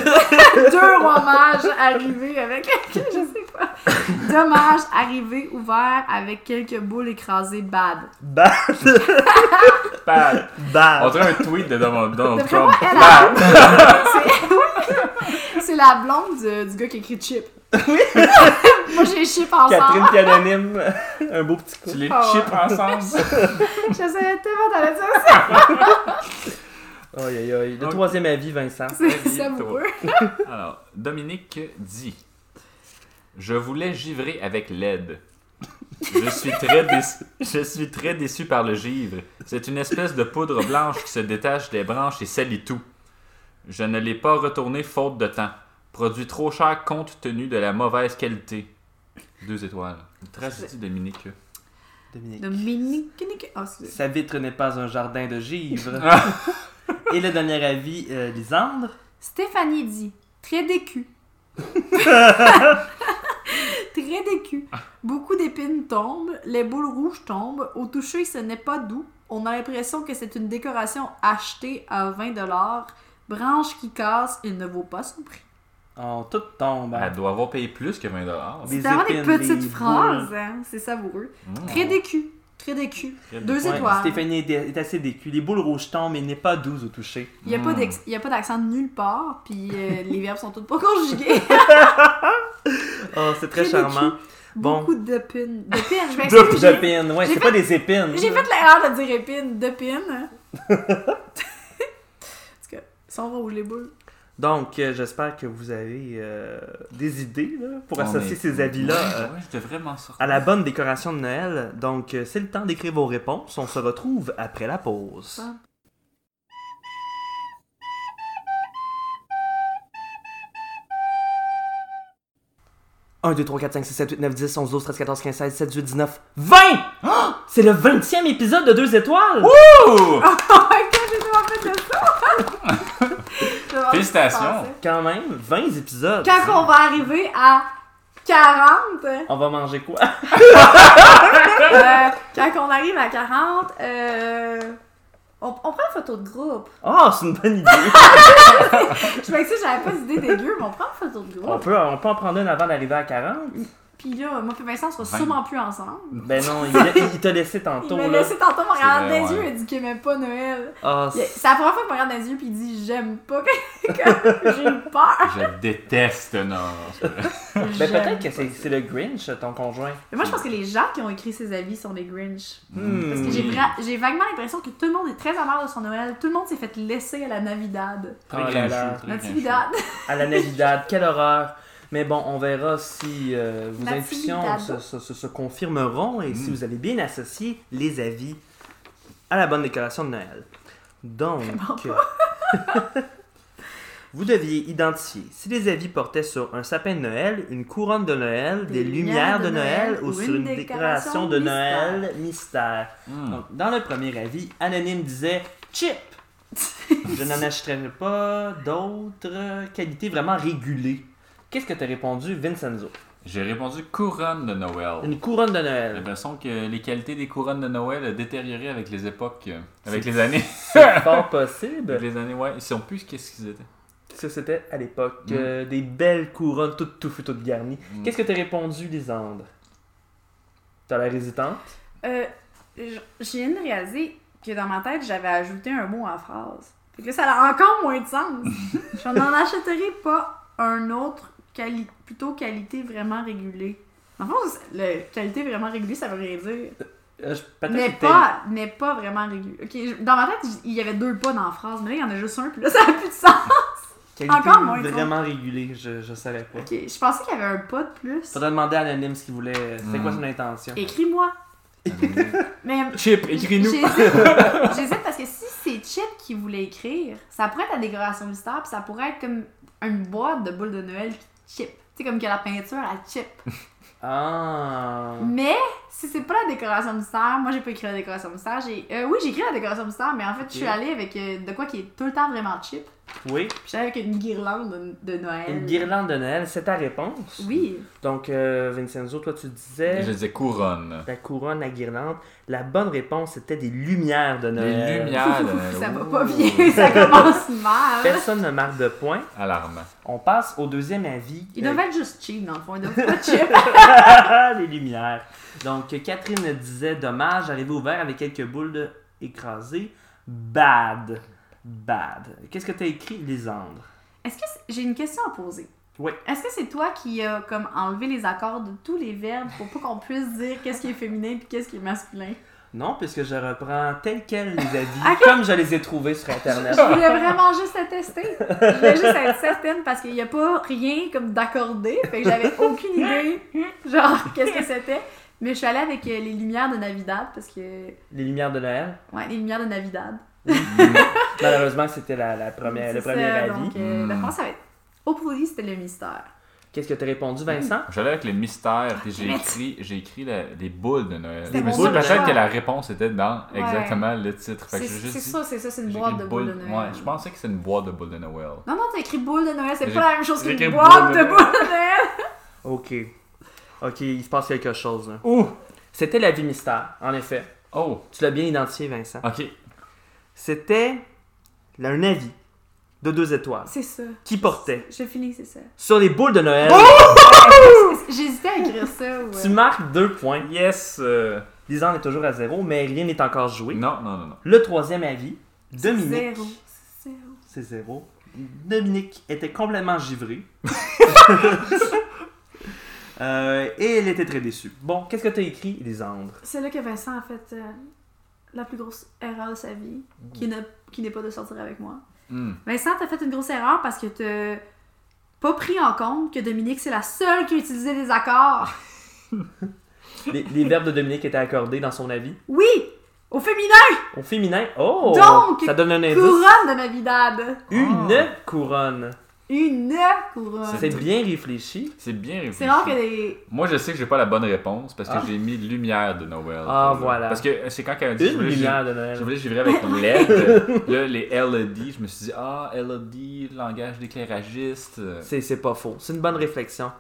S1: Deux rois mages arrivés avec. je sais pas. Dommage, arrivés ouverts avec quelques boules écrasées bad.
S2: Bad.
S3: Bad. On
S2: Bad.
S3: dirait un tweet de Donald, Donald
S1: D'après moi,
S3: Trump.
S1: elle a- C'est- C'est la blonde du, du gars qui écrit Chip. moi, j'ai Chip
S2: Catherine
S1: ensemble.
S2: puis Anonyme. Un beau petit coup.
S3: Tu les
S1: Ah ouais.
S3: chips ensemble.
S1: J'essayais tellement d'aller dire ça.
S2: Aïe, aïe, aïe. Le
S3: Ok.
S2: troisième avis, Vincent.
S1: C'est savoureux.
S3: Alors, Dominique dit Je voulais givrer avec l'aide. Je suis, très déçu, je suis très déçu par le givre. C'est une espèce de poudre blanche qui se détache des branches et salit tout. Je ne l'ai pas retourné faute de temps. Produit trop cher compte tenu de la mauvaise qualité. Deux étoiles. Très gentil, Dominique.
S2: Dominique.
S1: Dominique. Nick- Ah, c'est-
S2: Sa vitre n'est pas un jardin de givre.
S3: Ah.
S2: Et le dernier avis, euh, Lisandre.
S1: Stéphanie dit très décu. très décu. Beaucoup d'épines tombent, les boules rouges tombent, au toucher ce n'est pas doux. On a l'impression que c'est une décoration achetée à 20$. Branche qui casse, il ne vaut pas son prix.
S2: Oh, tout tombe. hein.
S3: Elle doit avoir payé plus que 20$.
S2: Des
S1: C'est vraiment des
S2: épines,
S1: petites
S2: des
S1: phrases, hein, c'est savoureux.
S3: Mmh.
S1: Très décu, très décu.
S3: Très
S1: Deux
S3: déçu.
S2: Ouais,
S1: étoiles.
S2: Stéphanie est, est assez décu. Les boules rouges tombent mais n'est pas douce au toucher.
S1: Il n'y a, pas
S3: Mm.
S1: d'ex- il y a pas d'accent nulle part, puis euh, les verbes sont tous pas conjugués.
S2: Oh, c'est très
S1: Très
S2: charmant. Bon.
S1: Beaucoup d'épines. D'épines, je
S2: Double
S1: m'excuse, j'ai-
S2: d'épines, ouais,
S1: j'ai
S2: c'est
S1: fait-
S2: pas des épines.
S1: J'ai fait l'erreur de dire épine, de pin. En tout cas, ils sont rouges les boules.
S2: Donc, euh, j'espère que vous avez euh, des idées là, pour
S3: On
S2: associer
S3: est-
S2: ces avis-là euh,
S3: Ouais, ouais, je devrais m'en sortir.
S2: à la bonne décoration de Noël. Donc, euh, c'est le temps d'écrire vos réponses. On se retrouve après la pause.
S1: Ah.
S2: Un, deux, trois, quatre, cinq, six, sept, huit, neuf, dix, onze, douze, treize, quatorze, quinze, seize, dix-sept, dix-huit, dix-neuf, vingt! Ah! C'est le vingtième épisode de Deux Étoiles!
S3: Ouh!
S1: Oh my god, j'ai tellement fait de ça! Je me demande ce qui se
S3: Félicitations.
S1: passait.
S2: Quand même, 20 épisodes!
S1: Quand on va arriver à 40, euh,
S2: On va manger quoi?
S1: quand on arrive à 40, euh, on, on prend une photo de groupe.
S2: Oh, c'est une bonne idée!
S1: Je m'excuse, j'avais pas d'idée dégueu, mais on prend une photo de
S2: on,
S1: groupe.
S3: Ah.
S2: peut, on peut en prendre une avant d'arriver à 40?
S1: Puis là, moi et Vincent, on sera
S3: Vingt.
S1: sûrement plus ensemble.
S2: Ben non, il, il t'a laissé
S1: Il
S2: tantôt,
S1: m'a
S2: là.
S1: laissé tantôt me
S3: C'est
S1: regarder
S3: vrai,
S1: dans les yeux
S3: ouais.
S1: et dit qu'il aimait pas Noël.
S2: Ah,
S1: Il- C'est la première fois qu'il me regarde dans les yeux puis il dit j'aime pas que que j'ai eu peur.
S3: Je déteste, non.
S2: ben
S1: J'aime
S2: peut-être que
S1: pas
S2: c'est
S1: ça.
S2: c'est le Grinch, ton conjoint.
S1: Mais moi, je pense que les gens qui ont écrit ces avis sont des Grinch.
S2: Hmm.
S1: Parce que j'ai
S3: Oui.
S1: vra- j'ai vaguement l'impression que tout le monde est très amer de son Noël. Tout le monde s'est fait laisser à la Navidad.
S3: Très
S2: Oh là là.
S3: grincheux, très
S1: Natividad.
S2: À la Navidad, quelle horreur. Mais bon, on verra si euh, vos intuitions se,
S1: Natividad.
S2: se- se- se confirmeront et si
S3: Mm.
S2: vous avez bien associé les avis à la bonne décoration de Noël. Donc,
S1: Vraiment
S2: vous deviez identifier si les avis portaient sur un sapin de Noël, une couronne de Noël, des, lumières de Noël, ou sur une décoration de
S1: mystère.
S2: Noël mystère.
S3: Hmm.
S2: Donc, dans le premier avis, Anonyme disait Chip Je n'en achèterai pas d'autres qualités vraiment régulées. Qu'est-ce que t'as répondu, Vincenzo
S3: J'ai répondu couronne de Noël.
S2: Une couronne de
S3: J'ai
S2: Noël.
S3: l'impression que les qualités des couronnes de Noël ont détérioré avec les époques, euh, avec les années.
S2: Fort
S3: Avec
S2: possible.
S3: les années, ouais. Ils sont plus qu'est-ce qu'ils étaient.
S2: Ça, c'était à l'époque.
S3: Mm.
S2: euh, des belles couronnes toutes touffues, toutes garnies.
S3: Mm.
S2: Qu'est-ce que t'as répondu, Lisandre T'as l'air hésitante
S1: Euh, je je viens de réaliser que dans ma tête, j'avais ajouté un mot à la phrase. Fait que là, ça a encore moins de sens. je n'en achèterai pas un autre, quali- plutôt qualité vraiment régulée. En fait, le qualité vraiment régulée, ça veut rien dire.
S2: Euh, je- peut-être
S1: N'est
S2: que t'es-
S1: pas, n'est pas vraiment régulée. Ok, je- dans ma tête, j- il y avait deux pas dans la phrase, mais là, il y en a juste un, puis là, ça n'a plus de sens.
S2: qualité
S1: encore moins de
S2: vraiment régulée, je, je savais pas.
S1: Ok, je pensais qu'il y avait un pas de plus.
S2: Faudrait demander à Anonyme ce qu'il voulait. C'était
S3: Mm.
S2: quoi son intention
S1: Écris-moi.
S3: Ah,
S1: Mais
S3: Chip, écris-nous.
S1: J'hésite j'hésite parce que si c'est Chip qui voulait écrire, ça pourrait être la décoration mystère, puis ça pourrait être comme une boîte de boules de Noël qui chip. Tu sais, comme que la peinture, elle chip.
S2: Ah
S1: Mais si c'est pas la décoration mystère, moi j'ai pas écrit la décoration mystère. J'ai, euh, oui, j'ai écrit la décoration mystère, mais en fait, je suis
S2: Ok.
S1: allée avec euh, de quoi qui est tout le temps vraiment chip.
S2: Oui.
S1: Puis j'allais avec une guirlande de, de Noël.
S2: Une guirlande de Noël, c'est ta réponse.
S1: Oui.
S2: Donc, euh, Vincenzo, toi, tu disais
S3: Je disais couronne.
S2: la couronne, la guirlande. La bonne réponse, c'était des lumières de Noël.
S3: Les
S2: Ah,
S3: lumières de
S2: ben,
S3: Noël.
S1: ça va
S2: oh.
S3: Ouh.
S1: pas bien, ça commence mal.
S2: Personne ne marque de point.
S3: Alarme.
S2: On passe au deuxième avis.
S1: Ils
S2: Euh,
S1: doivent être juste cheap dans le fond, ils doivent pas chip.
S2: les lumières. Donc, Catherine disait Dommage, arrivé ouvert avec quelques boules de- écrasées. Bad. Bad. Qu'est-ce que t'as écrit, Lisandre
S1: Est-ce que c'est- j'ai une question à poser?
S2: Oui.
S1: Est-ce que c'est toi qui as comme enlevé les accords de tous les verbes pour pas qu'on puisse dire qu'est-ce qui est féminin puis qu'est-ce qui est masculin?
S2: Non, puisque je reprends tel quel les avis,
S1: Ok.
S2: comme je les ai trouvés sur Internet.
S1: Je voulais vraiment juste le tester. Je voulais juste être certaine parce qu'il y a pas rien comme d'accordé, fait que j'avais aucune idée genre qu'est-ce que c'était. Mais je suis allée avec euh, les lumières de Navidad parce que
S2: les lumières de Noël.
S1: ouais, les lumières de Navidad.
S2: Malheureusement, c'était la, la première, le
S1: C'est
S2: premier
S1: ça,
S2: avis.
S1: Donc euh, la
S3: Hmm.
S1: France ça va être au produit, c'était le mystère.
S2: Qu'est-ce que t'as répondu, Vincent?
S3: J'allais avec le mystère, puis j'ai
S1: damn it.
S3: écrit, j'ai écrit la- les boules de Noël.
S1: C'était
S3: Mais
S2: mon
S3: c'est
S2: seul
S3: peut-être
S1: choix.
S3: que la réponse était dans
S1: Ouais.
S3: exactement le titre. Fait que
S1: C'est
S3: j'ai juste
S1: c'est
S3: dit-
S1: ça, c'est ça, c'est une
S3: j'ai
S1: boîte
S3: écrit
S1: de boule de Noël.
S3: Ouais, je pensais que c'est une boîte de boules de Noël.
S1: Non, non, t'as écrit boule de Noël, c'est
S3: J'ai-
S1: pas la même chose
S3: j'ai
S1: qu'une
S3: écrit
S1: boîte
S3: boule
S1: de
S3: de
S1: boule de Noël.
S2: Ok. Ok, il se passe quelque chose. là.
S3: Ouh!
S2: C'était l'avis mystère, en effet.
S3: Oh!
S2: Tu l'as bien identifié, Vincent.
S3: Ok.
S2: C'était là, un avis de deux étoiles
S1: C'est ça.
S2: qui portait
S1: Je finis, c'est ça.
S2: sur les boules de Noël.
S1: J'hésitais à écrire ça. Ouais.
S2: Oh! Tu marques deux points.
S3: Yes! euh,
S2: Lisandre est toujours à zéro, mais rien n'est encore joué.
S3: Non, non, non, non.
S2: Le troisième avis, Dominique.
S1: euh, Zéro. Zéro.
S2: C'est zéro. Dominique était complètement givrée. Euh, et elle était très déçue. Bon, qu'est-ce que t'as écrit, Lisandre?
S1: C'est là que Vincent a fait euh, la plus grosse erreur de sa vie, qui
S2: Mm.
S1: n'a- qui n'est pas de sortir avec moi.
S3: Hmm.
S1: Vincent, t'as fait une grosse erreur parce que t'as pas pris en compte que Dominique, c'est la seule qui utilisait des accords.
S2: Les, les verbes de Dominique étaient accordés dans son avis.
S1: Oui! Au féminin,
S2: Au féminin, oh!
S1: Donc,
S2: ça donne un indice.
S1: couronne de Navidad.
S2: Une
S3: Ah.
S2: couronne.
S1: Une couronne.
S2: C'est bien réfléchi.
S3: C'est bien réfléchi.
S1: C'est rare que des.
S3: Moi, je sais que j'ai pas la bonne réponse parce que
S2: Ah.
S3: j'ai mis lumière de Noël.
S2: Ah,
S3: Pour-
S2: voilà.
S3: Parce que c'est quand qu'elle a dit je
S2: Une
S3: voulais
S2: lumière de
S3: givrer- Je
S2: Noël.
S3: voulais givrer avec une LED. là, les LED, je me suis dit, ah, LED, langage d'éclairagiste.
S2: C'est c'est pas faux. C'est une bonne réflexion.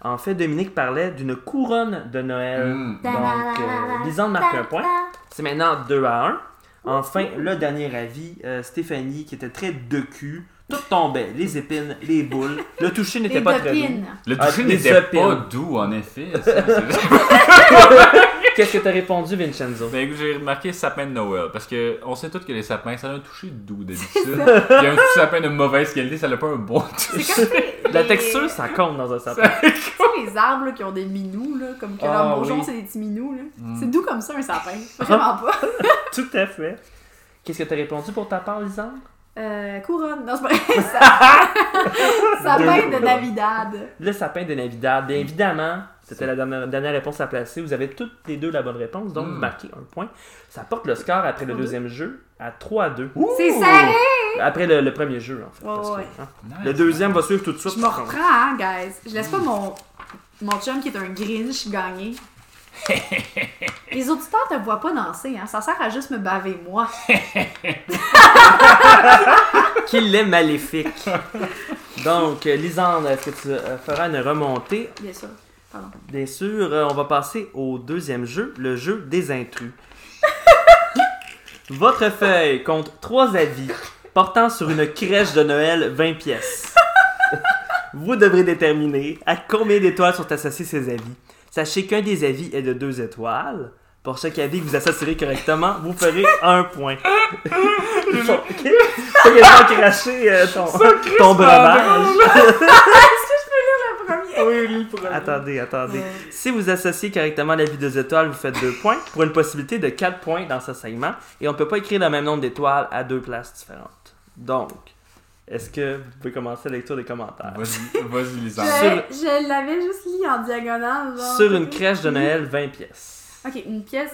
S2: En fait, Dominique parlait d'une couronne de Noël.
S3: Hmm.
S2: Donc, euh, Lisande marque un point. C'est maintenant 2 à 1. Enfin, le dernier avis, euh, Stéphanie, qui était très de cul, Tout tombait, les épines, les boules. Le toucher n'était
S1: Les
S2: pas très doux.
S1: dopines.
S3: Le
S2: Ah,
S3: toucher
S2: les
S3: n'était pas
S2: opines.
S3: doux, en effet. ça, c'est-
S2: Qu'est-ce que t'as répondu, Vincenzo?
S3: Ben, écoute, j'ai remarqué sapin de Noël. Parce que on sait tous que les sapins, ça a un toucher doux d'habitude. Il y a un sapin de mauvaise qualité, ça n'a pas un bon toucher.
S1: C'est comme les-
S2: La
S1: les-
S2: texture, ça compte dans un sapin.
S1: Tu sais, les arbres là, qui ont des minous, là, comme que
S2: Ah,
S1: leur bourgeon,
S2: oui. Hmm.
S1: c'est des petits minous. Là.
S3: Mm.
S1: C'est doux comme ça, un sapin. Vraiment pas.
S2: Tout à fait. Qu'est-ce que t'as répondu pour ta part, Lisandre?
S1: Euh, couronne. Non, c'est pas vrai. Sapin- Sapin de Navidad.
S2: Le sapin de Navidad. Bien évidemment, c'était la dernière, dernière réponse à placer. Vous avez toutes les deux la bonne réponse, donc
S3: Mm.
S2: vous marquez un point. Ça porte le score après le
S1: Trois-deux.
S2: deuxième jeu à 3 à 2.
S1: C'est serré!
S2: Après le, le premier jeu, en fait.
S1: Ouais,
S2: parce que,
S1: ouais.
S2: hein,
S3: Nice.
S2: Le deuxième va suivre tout de suite.
S1: Je me reprends, hein, guys. Je laisse pas mon, mon chum qui est un Grinch gagner. Les auditeurs te voient pas danser, hein. Ça sert à juste me baver, moi.
S2: Qu'il est maléfique. Donc, euh, Lisandre, est-ce que tu euh, feras une remontée?
S1: Bien sûr. Pardon.
S2: Bien sûr, euh, on va passer au deuxième jeu, le jeu des intrus. Votre feuille compte trois avis portant sur une crèche de Noël 20 pièces. Vous devrez déterminer à combien d'étoiles sont associés ces avis. Sachez qu'un des avis est de deux étoiles. Pour chaque avis que vous associerez correctement, vous ferez un point. Ils sont- T'as quasiment craché euh, ton, ton breuvage.
S1: Le premier.
S3: Oui, lui, le premier.
S2: Attendez, attendez. Si vous associez correctement la vie des étoiles, vous faites 2 points pour une possibilité de 4 points dans ce segment. Et on ne peut pas écrire le même nombre d'étoiles à deux places différentes. Donc, est-ce que vous pouvez commencer la lecture des commentaires?
S3: Vas-y, vas-y,
S1: Je,
S3: Lisandre.
S2: Sur-
S1: je l'avais juste lu en diagonale. genre.
S2: Sur une crèche de Noël, 20 pièces.
S1: Ok, une pièce.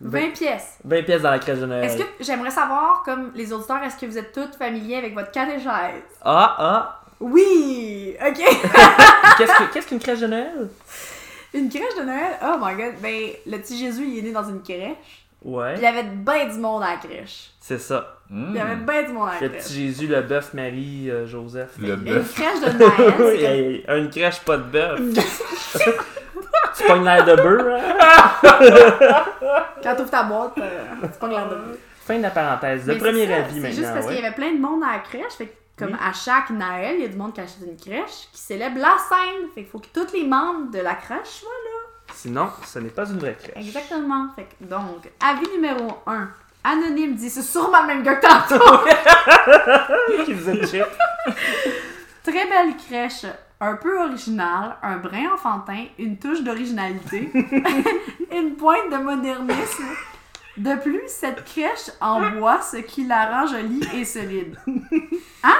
S1: 20
S2: Vingt-
S1: pièces.
S2: 20 pièces dans la crèche de
S1: Est-ce
S2: Noël.
S1: que j'aimerais savoir, comme les auditeurs, est-ce que vous êtes tous familiers avec votre catéchèse?
S2: Ah,
S1: Oui! OK!
S2: ah! Qu'est-ce que- qu'est-ce qu'une crèche de Noël?
S1: Une crèche de Noël? Oh my god! Ben, le petit Jésus, il est né dans une crèche. Puis Il
S2: Ouais,
S1: y avait bien du monde à la crèche.
S2: c'est ça.
S1: Il y avait
S3: Mm.
S1: bien du monde à la
S2: Le petit
S1: crèche.
S2: Jésus, le bœuf, Marie, euh, Joseph.
S3: Le
S1: Une
S3: bœuf.
S1: crèche de Noël,
S2: Oui, une crèche, pas de bœuf. tu pognes l'air de beurre, hein?
S1: c'est comme quand t'ouvres ta boîte, euh, c'est pas grave.
S2: Fin de la parenthèse. Le
S1: Mais
S2: premier
S1: c'est ça,
S2: avis
S1: C'est
S2: maintenant.
S1: juste parce
S2: ouais.
S1: qu'il y avait plein de monde à la crèche, fait que comme
S2: Oui.
S1: à chaque Noël, il y a du monde qui achète une crèche, qui célèbre la scène. Fait qu'il faut que tous les membres de la crèche soient
S2: Sinon, ce n'est pas une vraie crèche.
S1: Exactement. Fait que, donc, avis numéro 1. Anonyme dit, c'est sûrement le même gars que tantôt.
S2: Qui faisait le chip.
S1: Très belle crèche, un peu originale, un brin enfantin, une touche d'originalité, une pointe de modernisme. De plus, cette crèche en bois, ce qui la rend jolie et solide. Hein?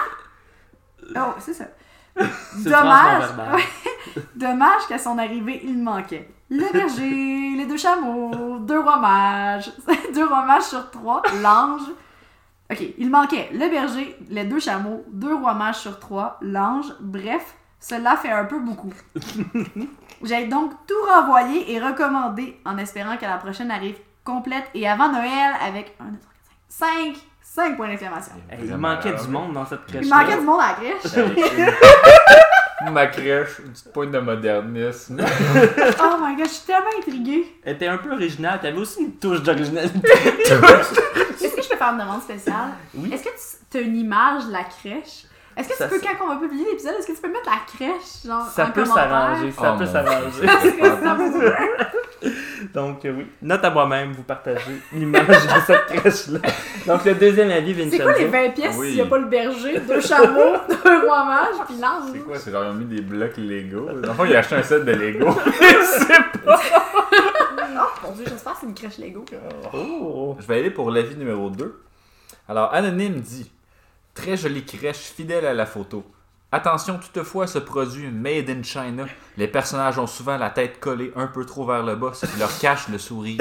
S1: Oh, c'est ça.
S2: C'est le transfert
S1: Dommage.
S2: verbal.
S1: Dommage qu'à son arrivée, il manquait. Le berger, les deux chameaux, deux rois mages, deux rois mages sur trois, l'ange. Ok, il manquait le berger, les deux chameaux, deux rois mages sur trois, l'ange. Bref, cela fait un peu beaucoup. J'ai donc tout renvoyé et recommandé en espérant que la prochaine arrive complète et avant Noël avec 1, 2, 3, 4, 5. 5! 5 points d'exclamation.
S2: Hey, il manquait du monde dans cette crèche.
S1: Il manquait du monde à la crèche.
S3: Ma crèche, une petite pointe de modernisme.
S1: Oh my god, je suis tellement intriguée.
S2: Elle était un peu originale. T'avais aussi une touche d'originalité.
S1: Est-ce que je peux faire une demande spéciale?
S2: Oui.
S1: Est-ce que tu as une image de la crèche? Est-ce que
S2: Ça,
S1: tu peux,
S2: c'est-
S1: quand on va publier l'épisode, est-ce que tu peux mettre la crèche genre,
S2: Ça
S1: en
S2: peut
S1: commentaire?
S2: s'arranger. Ça
S3: Oh
S2: peut
S3: mon
S2: s'arranger.
S3: Dieu, c'est
S1: Est-ce que ça
S3: pas-
S1: peut s'arranger?
S2: Donc, euh, oui. Note à moi-même, vous partagez l'image de cette crèche-là. Donc, le deuxième avis, Vincenzo.
S1: C'est quoi les 20 pièces
S3: Oui.
S1: s'il n'y a pas le berger, deux chameaux, deux rois mages, puis l'ange?
S3: C'est quoi, c'est genre, ils ont mis des blocs Lego. Dans le fond, il a acheté un set de Lego.
S1: Oh mon dieu, j'espère que c'est une crèche Lego.
S2: Oh!
S3: Je vais aller pour l'avis numéro 2. Alors, Anonyme dit Très jolie crèche, fidèle à la photo. Attention toutefois à ce produit made in China. Les personnages ont souvent la tête collée un peu trop vers le bas, ce qui leur cache le sourire.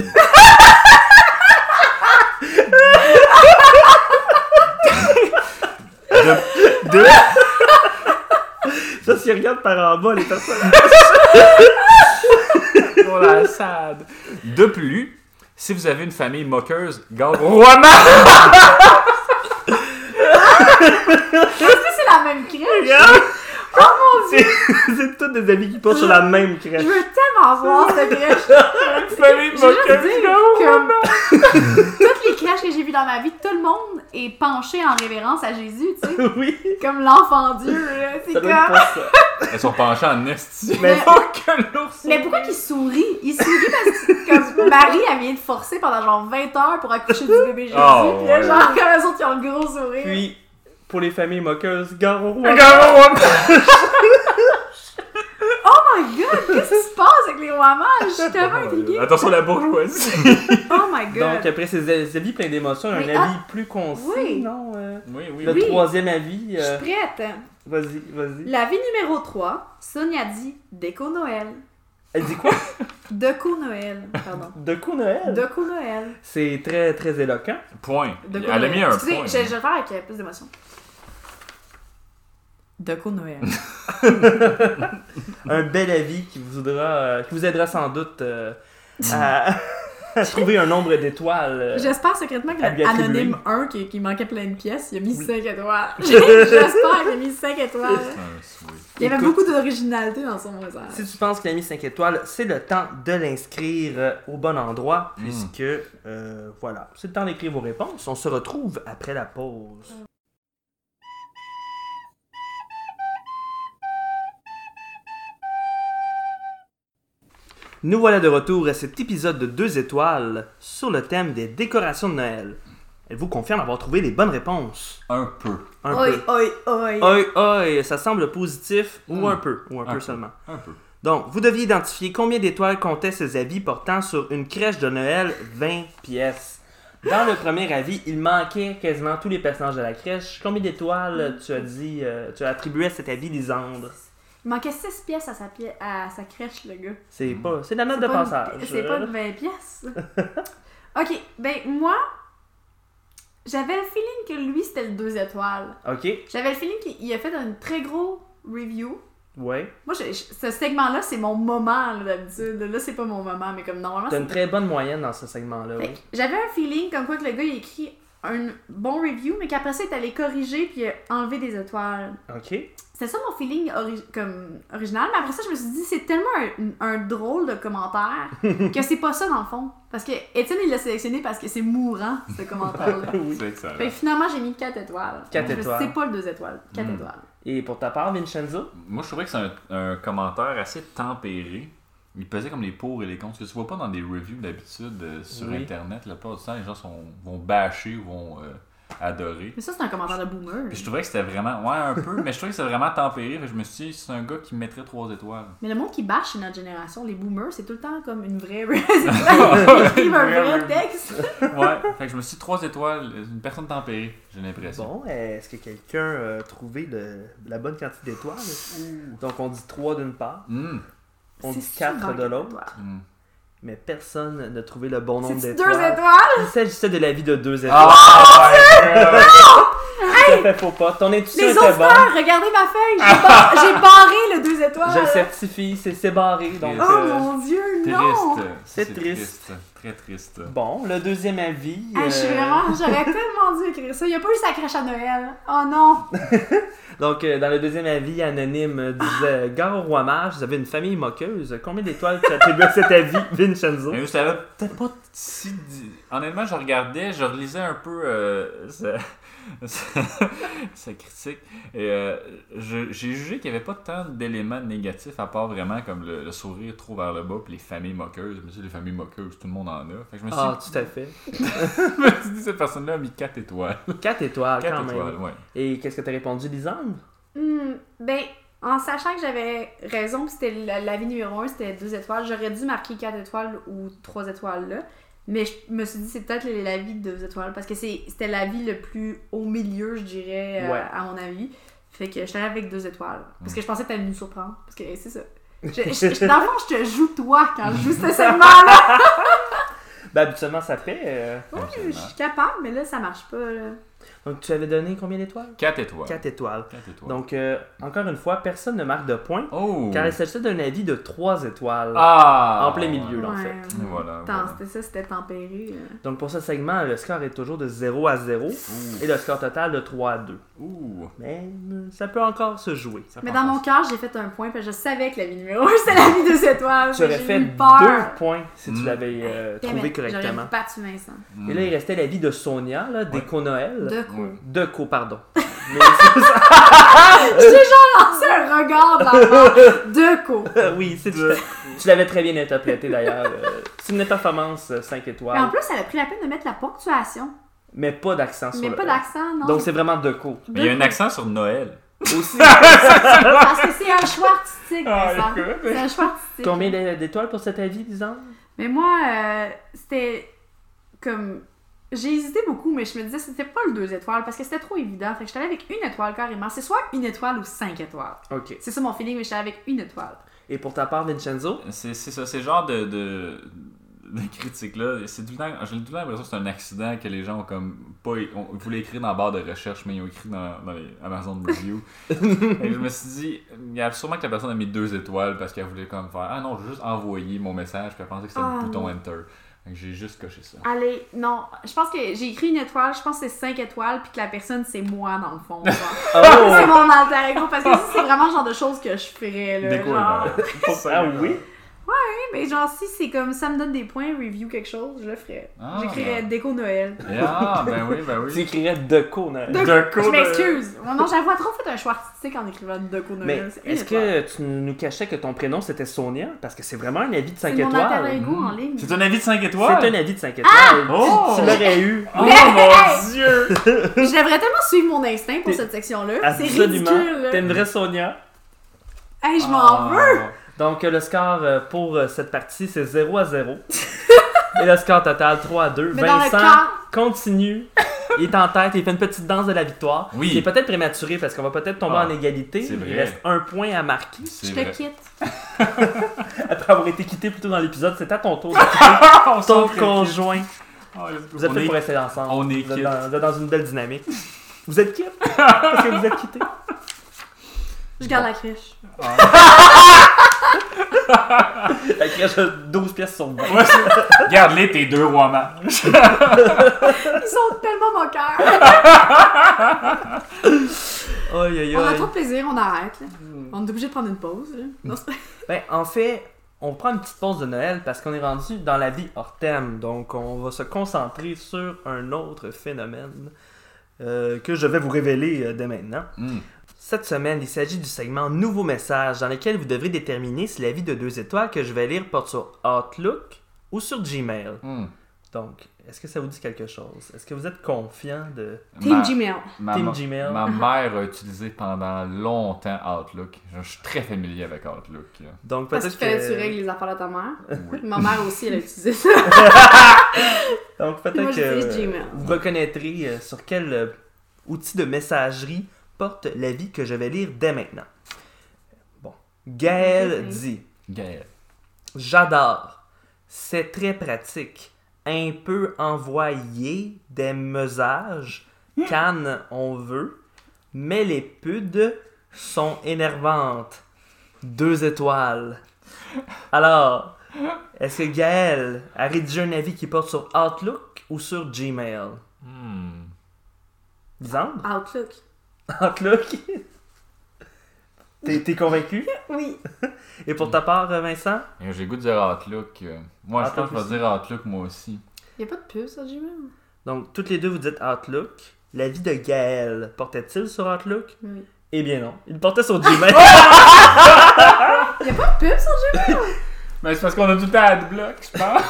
S3: De-
S2: Deux! Ça, s'il regarde par en bas, les personnes.
S3: pour la SAD. De plus, si vous avez une famille moqueuse, garde roi Mage!
S1: Est-ce que c'est la même crèche?
S2: Regarde! Oh mon dieu! C'est tous des avis qui portent sur la même
S1: Je
S2: crèche.
S1: veux tellement voir cette crèche.
S3: Famille
S2: Oh,
S1: Je veux juste dire que toutes les sketchs que j'ai vus dans ma vie, tout le monde est penché en révérence à Jésus, tu sais.
S2: oui,
S1: Comme l'enfant Dieu, là. C'est
S2: ça doit
S1: comme-
S2: être pas ça.
S3: Elles sont penchées en esti.
S1: Mais-
S3: Oh, que l'ours!
S1: Mais pourquoi qu'il sourit? Il sourit parce que comme Marie, elle vient de forcer pendant genre 20 heures pour accoucher du bébé Jésus.
S3: Oh,
S1: puis là,
S3: ouais.
S1: genre, comme eux autres, ils ont le gros sourire.
S2: Puis, pour les familles moqueuses, gare au roi.
S1: Oh my god, qu'est-ce qui se passe avec les rois mages? Je suis tellement intriguée.
S3: Oh, Attention à la bourgeoisie!
S1: Oh my god.
S2: Oh, Donc, euh, après ces avis pleins d'émotions, un
S1: Mais,
S2: avis plus concis,
S1: ah, Oui.
S2: non? euh,
S3: Oui, oui,
S2: le
S1: Oui.
S2: troisième avis,
S1: Je
S2: euh,
S1: suis prête.
S2: vas-y, vas-y.
S1: L'avis numéro 3, Sonia dit Déco Noël.
S2: Elle dit quoi?
S1: Deco Noël, pardon.
S2: De coup Noël?
S1: Deco Noël.
S2: C'est très, très éloquent.
S3: Point.
S1: Deco
S3: Elle a
S1: Noël.
S3: mis un
S1: Excusez,
S3: point.
S1: Je, je vais le faire avec euh, plus d'émotion. Deco Noël.
S2: Un bel avis qui vous aidera, euh, qui vous aidera sans doute euh, à, à trouver un nombre d'étoiles. euh,
S1: J'espère secrètement que
S2: à lui
S1: le
S2: attribuer.
S1: anonyme 1 qui, qui manquait plein de pièces, il a mis 5 étoiles. J'espère qu'il a mis 5 étoiles.
S3: Ah, c'est oui.
S1: Il y avait
S2: Écoute.
S1: beaucoup d'originalité dans son message.
S2: Si tu penses qu'il a mis 5 étoiles, c'est le temps de l'inscrire euh, au bon endroit,
S3: Mm.
S2: puisque euh, voilà, c'est le temps d'écrire vos réponses. On se retrouve après la pause. Nous voilà de retour à cet épisode de 2 étoiles sur le thème des décorations de Noël. Elle vous confirme avoir trouvé les bonnes réponses.
S3: Un peu.
S2: Un
S1: Oi, oi, oi.
S2: peu. Oi, oi, ça semble positif, ou
S3: Mm.
S2: un peu, ou un
S3: Un
S2: peu
S3: peu.
S2: seulement.
S3: Un peu.
S2: Donc, vous deviez identifier combien d'étoiles comptaient ces avis portant sur une crèche de Noël 20 pièces. Dans le premier avis, il manquait quasiment tous les personnages de la crèche. Combien d'étoiles tu as dit, euh, tu as attribué à cet avis Lisandre
S1: Il manquait 6 pièces à sa, pi- à sa crèche, le gars.
S2: C'est pas, c'est la note
S1: Hmm. C'est
S2: de
S1: pas une-
S2: passage.
S1: C'est pas de
S2: euh.
S1: 20 pièces. ok, ben moi, j'avais le feeling que lui, c'était le 2 étoiles.
S2: Ok,
S1: J'avais le feeling qu'il a fait un très gros review.
S2: ouais.
S1: Moi, je- je- ce segment-là, c'est mon moment, là, d'habitude. Là, c'est pas mon moment, mais comme normalement,
S2: T'as
S1: Ah, c'est
S2: une très bonne moyenne dans ce segment-là.
S1: Fait
S2: Oui.
S1: que J'avais un feeling comme quoi que le gars il écrit un bon review, mais qu'après ça, il est allé corriger puis euh, enlever des étoiles.
S2: Ok.
S1: C'était ça mon feeling ori- comme original, mais après ça, je me suis dit, c'est tellement un, un drôle de commentaire que c'est pas ça dans le fond. Parce que Étienne, il l'a sélectionné parce que c'est mourant, ce commentaire-là.
S2: Oui.
S3: C'est
S1: Fait que
S3: excellent.
S1: finalement, j'ai mis 4 étoiles.
S2: Quatre
S1: Je me suis dit,
S2: étoiles. Hmm.
S1: C'est pas le 2 étoiles, 4
S3: Mm.
S1: étoiles.
S2: Et pour ta part, Vincenzo
S3: Moi, je trouvais que c'est un, un commentaire assez tempéré. Il pesait comme les pour et les contre. Ce que tu vois pas dans des reviews d'habitude euh, sur
S2: Oui.
S3: Internet, la plupart du temps, les gens sont, vont bâcher ou vont euh, adorer.
S1: Mais ça, c'est un commentaire de boomer.
S3: Puis je trouvais que c'était vraiment. Ouais, un peu, mais je trouvais que c'était vraiment tempéré. Fait que je me suis dit, c'est un gars qui mettrait 3 étoiles.
S1: Mais le monde qui bâche chez notre génération, les boomers, c'est tout le temps comme une vraie. Ils écrivent un vrai texte.
S3: Ouais, fait que je me suis dit 3 étoiles, une personne tempérée, j'ai l'impression.
S2: Bon, est-ce que quelqu'un a trouvé le- la bonne quantité d'étoiles Donc, on dit 3 d'une part,
S3: Hum,
S2: on
S1: C'est
S2: dit 4
S1: souvent
S2: de
S1: quatre
S2: l'autre.
S1: étoiles.
S3: hum.
S2: mais personne n'a trouvé le bon nombre
S1: C'est-tu
S2: d'étoiles.
S1: deux étoiles?
S2: Il s'agissait de l'avis de deux étoiles.
S3: Ah, ouais.
S2: Tout à fait faux pas. Ton intuition
S1: Les
S2: était
S1: auditeurs,
S2: bonne.
S1: regardez ma feuille! J'ai bar- J'ai barré le deux étoiles!
S2: Je le certifie, c'est c'est barré. Donc,
S1: Oh
S2: euh,
S1: mon dieu, non!
S3: Triste.
S2: C'est
S3: Très triste.
S2: Bon, le deuxième avis.
S1: Hey, Ah, je suis
S2: euh,
S1: vraiment... J'aurais tellement dû écrire ça. Il n'y a pas eu sa crèche à Noël. Oh non!
S2: Donc, euh, dans le deuxième avis, Anonyme euh,
S1: Ah.
S2: disait Gare au roi mage, vous avez une famille moqueuse. Combien d'étoiles tu attribues à cet avis, Vincenzo
S3: Mais vous savez, peut-être pas si. di- Honnêtement, je regardais, je relisais un peu euh, sa, sa- sa critique. Et euh, je- j'ai jugé qu'il n'y avait pas tant d'éléments négatifs, à part vraiment comme le, le sourire trop vers le bas, puis les familles moqueuses. Mais c'est les familles moqueuses, tout le monde en a. Fait que je me suis,
S2: Ah, tout à fait.
S3: je me suis dit, cette personne-là a mis 4 étoiles.
S2: Quatre étoiles,
S3: 4
S2: Ah, quand même.
S3: étoiles, ouais.
S2: Et qu'est-ce que t'as répondu, Lisandre
S1: Hmm, ben, en sachant que j'avais raison, puis c'était la- l'avis numéro 1, c'était deux étoiles, j'aurais dû marquer quatre étoiles ou trois étoiles là. Mais je me suis dit, c'est peut-être l'avis de deux étoiles, parce que c'est- c'était l'avis le plus au milieu, je dirais, euh,
S2: Ouais.
S1: à mon avis. Fait que je suis allée avec deux étoiles. Parce que je pensais que t'allais nous surprendre. Parce que c'est ça. Je, je- je- dans le fond, je te joue toi quand je joue ce segment-là.
S2: Ben, habituellement, ça fait. euh,
S1: Oui, je suis capable, mais là, ça marche pas. là.
S2: Donc, tu avais donné combien d'étoiles
S3: 4 étoiles.
S2: 4 étoiles.
S3: Quatre étoiles.
S2: Donc, euh, encore une fois, personne ne marque de point,
S3: oh!
S2: car il s'agissait d'un avis de 3 étoiles.
S3: Ah!
S2: en plein milieu. en fait.
S3: Et Voilà.
S1: Attends,
S3: voilà.
S1: c'était ça, c'était tempéré. euh.
S2: Donc, pour ce segment, le score est toujours de 0 à 0
S3: Ouh.
S2: et le score total de 3 à 2.
S3: Ouh.
S2: Mais euh, ça peut encore se jouer.
S3: Ça
S1: Mais
S3: prend
S1: dans mon
S3: sens.
S1: cœur, j'ai fait un point, parce que je savais que la vie numéro 1, c'était la vie des étoiles.
S2: Tu aurais
S1: Ah, J'ai
S2: fait
S1: eu peur.
S2: 2 points si tu
S3: Mm.
S2: l'avais euh,
S1: Damn
S2: trouvé
S1: it, J'aurais
S2: correctement.
S1: battu Vincent.
S3: Mm.
S2: Et là, il restait l'avis de Sonia, là, d'Eco Noël.
S1: De quoi?
S3: Ouais.
S2: Deco, pardon. Mais c'est ça.
S1: Ah, C'est un regard de la part de co.
S2: oui, c'est tout à- Tu l'avais très bien interprété d'ailleurs. Euh, c'est une performance 5
S1: Mais en
S2: étoiles,
S1: plus, elle a pris la peine de mettre la ponctuation.
S2: mais pas d'accent sur
S1: Mais
S2: le
S1: pas
S2: E.
S1: d'accent, non.
S2: Donc c'est vraiment Deco.
S1: De
S3: Mais il y a un
S1: quoi?
S3: accent sur Noël.
S2: Aussi. Ah,
S1: Parce que c'est un choix artistique,
S3: Ah,
S1: Vincent.
S3: écoute.
S1: C'est un choix artistique.
S2: Combien d'é- d'étoiles pour cet avis, disons
S1: Mais moi, euh, c'était comme. J'ai hésité beaucoup, mais je me disais c'était pas le deux étoiles parce que c'était trop évident. Fait que j'étais allée avec une étoile carrément. C'est soit une étoile ou cinq étoiles.
S2: Ok.
S1: C'est ça mon feeling, mais j'étais allée avec une étoile.
S2: Et pour ta part, Vincenzo
S3: C'est c'est ça, c'est le genre de, de, de critique-là. C'est tout le temps- J'ai tout le temps l'impression que c'est un accident que les gens ont comme. Pas, on, ils voulaient écrire dans la barre de recherche, mais ils ont écrit dans, dans les Amazon Review. Et je me suis dit, il y a sûrement que la personne a mis deux étoiles parce qu'elle voulait comme faire Ah non, j'ai juste envoyé mon message, puis elle pensait que c'était
S1: Ah,
S3: le bouton
S1: non.
S3: Enter. Fait que J'ai juste coché ça.
S1: Allez, non, je pense que j'ai écrit une étoile, je pense que c'est cinq étoiles, puis que la personne c'est moi dans le fond. genre.
S2: Oh
S1: c'est mon alter ego parce que ça, c'est vraiment le genre de choses que je ferais. Là,
S3: Découvre.
S1: genre.
S2: Ah oui
S1: Oui, mais genre si c'est comme ça me donne des points, review quelque chose, je le ferais.
S3: Ah.
S1: J'écrirais déco Noël.
S3: Ah, ben oui, ben
S2: Tu
S3: oui.
S2: écrirais Deco, Noël.
S1: De-
S3: Deco
S1: je
S2: ben?
S3: Noël.
S1: m'excuse. Non, non, j'avoue trop fait un choix artistique en écrivant Deco
S2: Mais
S1: Noël. C'est une
S2: est-ce
S1: étoile.
S2: que tu nous cachais que ton prénom c'était Sonia Parce que c'est vraiment un avis de 5
S1: c'est mon Ah! alter
S2: étoiles. Hmm.
S1: ego en ligne.
S3: C'est un avis de 5
S2: C'est
S3: étoiles
S2: un avis de 5 étoiles.
S3: Oh!
S2: Tu l'aurais eu.
S3: Oh mon dieu
S1: Je devrais tellement suivre mon instinct pour
S2: T'es-
S1: cette section-là. Ah, C'est
S2: Absolument.
S1: ridicule.
S2: T'es
S1: là.
S2: une vraie Sonia.
S1: Hey, je
S2: Ah,
S3: Ah,
S1: m'en veux.
S2: Donc euh, le score euh, pour euh, cette partie c'est 0 à 0. Et le score total 3 à 2.
S1: Mais dans le
S2: Vincent
S1: corps-
S2: continue. Il est en tête, il fait une petite danse de la victoire.
S3: Oui.
S2: Qui est peut-être prématuré parce qu'on va peut-être tomber
S3: Ah,
S2: en égalité.
S3: c'est
S2: Il
S3: vrai.
S2: reste un point à marquer.
S1: Je
S3: C'est
S1: te
S3: vrai.
S1: quitte.
S2: Après avoir été quitté plus tôt dans l'épisode, c'est à ton tour. de quitter
S3: On
S2: ton
S3: s'en fout.
S2: conjoint.
S3: Ah, let's go.
S2: Vous êtes
S3: On
S2: fait
S3: est-
S2: pour rester ensemble.
S3: on est
S2: vous êtes,
S3: quitte.
S2: dans, vous êtes dans une belle dynamique. Vous êtes quitte parce que vous êtes quitté.
S1: Je garde la crèche.
S2: La crèche a 12 pièces sur 20.
S3: Ouais, c'est- Garde-les tes deux rois mages.
S1: Ils sont tellement moqueurs.
S2: Aïe, aïe,
S1: On a
S2: aïe.
S1: trop de plaisir, on arrête. là.
S3: Mm.
S1: On est obligé de prendre une pause. là. Non, c'est-
S2: Ben, en fait, on prend une petite pause de Noël parce qu'on est rendu dans la vie hors thème. Donc, on va se concentrer sur un autre phénomène euh, que je vais vous révéler euh, dès maintenant.
S3: Hmm.
S2: Cette semaine, il s'agit du segment Nouveau message dans lequel vous devrez déterminer si l'avis de deux étoiles que je vais lire porte sur Outlook ou sur Gmail.
S3: Hmm.
S2: Donc, est-ce que ça vous dit quelque chose? Est-ce que vous êtes confiant de...
S1: Team
S3: Ma-
S1: Gmail.
S3: ma-
S2: Team
S3: ma-
S2: Gmail.
S3: Ma mère a utilisé pendant longtemps Outlook. Je, je suis très familier avec Outlook. là.
S2: Donc,
S1: Parce qu'il fallait
S2: peut-être
S1: que tu
S2: que...
S1: règles les affaires de ta mère.
S3: Oui.
S1: Ma mère aussi, elle a utilisé ça. Moi,
S2: Donc, peut-être
S1: j'utilise
S2: que
S1: Gmail.
S2: vous reconnaîtrez euh, sur quel euh, outil de messagerie porte l'avis que je vais lire dès maintenant. Bon. Gaël
S1: Mhm.
S2: dit
S3: Gaël.
S2: J'adore. C'est très pratique. Un peu envoyer des messages quand on veut, mais les PUD sont énervantes. Deux étoiles. Alors, est-ce que Gaël a rédigé un avis qui porte sur Outlook ou sur Gmail?
S3: Hmm.
S2: Disons,
S1: Outlook.
S2: Outlook. T'es t'es convaincu?
S1: Oui.
S2: Et pour ta part, Vincent?
S3: Et J'ai le goût de dire Outlook. euh. Moi, je pense
S2: Outlook
S3: que je vais dire Outlook moi aussi.
S1: Y a pas de pub sur Gmail?
S2: Donc, toutes les deux, vous dites Outlook. L'avis de Gaël portait-il sur Outlook?
S1: Oui. Oh,
S2: Eh bien non, il portait sur Gmail.
S1: Y a pas de pub sur Gmail?
S3: Mais c'est parce qu'on a du temps à Adblock, je pense.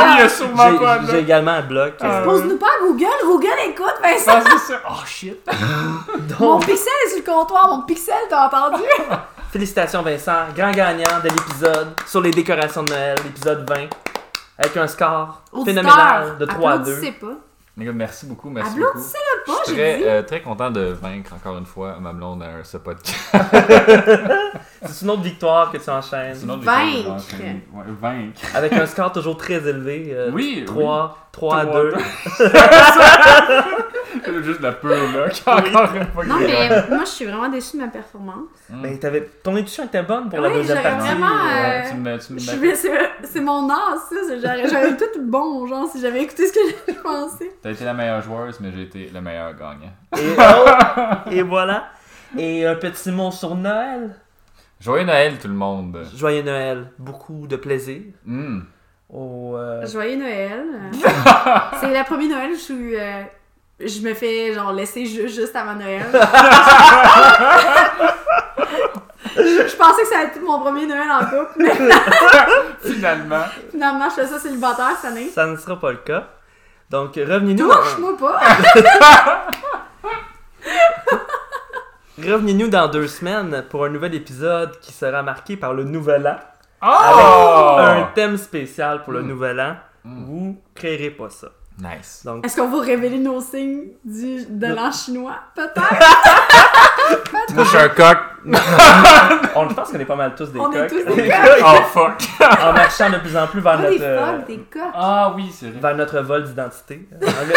S3: Il y a sûrement
S2: J'ai-
S3: pas
S2: J'ai
S3: Adblock.
S2: également un bloc.
S3: Ah.
S1: Pose-nous pas à Google. Google écoute, Vincent.
S3: Ah, oh. c'est ça. Oh shit.
S1: Mon
S2: Donc,
S1: pixel est sur le comptoir. Mon pixel, t'as entendu?
S2: félicitations Vincent, grand gagnant de l'épisode sur les décorations de Noël, l'épisode 20, avec un score phénoménal de 3 à 2.
S1: sais pas.
S3: Les gars, merci beaucoup, merci beaucoup.
S1: Applaudissez-le pas,
S3: Je suis
S1: j'ai
S3: très,
S1: dit.
S3: euh, très content de vaincre encore une fois ma blonde à ce podcast.
S2: C'est une autre victoire que tu enchaînes.
S3: C'est une autre
S1: Vaincre.
S3: victoire de Franck. Ouais, vaincre.
S2: Avec un score toujours très élevé. euh,
S3: Oui,
S2: 3, 3 à
S3: Trois à
S2: 2.
S3: deux. oui. Juste la peur, là. Encore une fois.
S1: Non,
S3: qu'il est
S1: mais moi, je suis vraiment déçue de ma performance.
S2: Ben, t'avais... Ton intuition était bonne pour la
S1: Oui,
S2: deuxième
S1: j'aurais
S2: partie.
S1: vraiment,
S2: euh,
S1: euh,
S3: Ouais, tu me- tu me
S1: Je
S3: bats.
S1: suis- mais C'est c'est mon art, ça. c'est- J'aurais j'aurais tout bon, genre, si j'avais écouté ce que j'avais pensé.
S3: T'as été la meilleure joueuse, mais j'ai été le meilleur gagnant.
S2: Et, oh, et voilà. Et un petit mot sur Noël.
S3: Joyeux Noël, tout le monde.
S2: Joyeux Noël. Beaucoup de plaisir.
S3: Hmm.
S2: Au, euh,
S1: Joyeux Noël. Euh, C'est la première Noël où je suis. euh, Je me fais genre laisser ju- juste avant Noël. je pensais que ça allait être mon premier Noël en couple, mais
S3: Finalement.
S1: finalement je fais ça célibataire cette année.
S2: Ça ne sera pas le cas. Donc, revenez-nous.
S1: Touche-moi pas!
S2: Revenez-nous dans deux semaines pour un nouvel épisode qui sera marqué par le nouvel an. Un
S3: Oh!
S2: thème spécial pour le
S3: Mm.
S2: nouvel an.
S3: Mm.
S2: Vous créerez pas ça.
S3: Nice.
S2: Donc,
S1: Est-ce qu'on va révéler nos signes du, de l'an chinois? Peut-être!
S3: Moi, je suis un coq.
S2: on je pense qu'on est pas mal tous des
S1: On est
S2: coqs.
S1: tous des
S3: Oh, fuck.
S2: en marchant de plus en plus vers
S1: Pas des
S2: notre,
S1: frogs,
S2: euh,
S1: des coqs!
S3: Ah oui, c'est vrai.
S2: vers notre vol d'identité.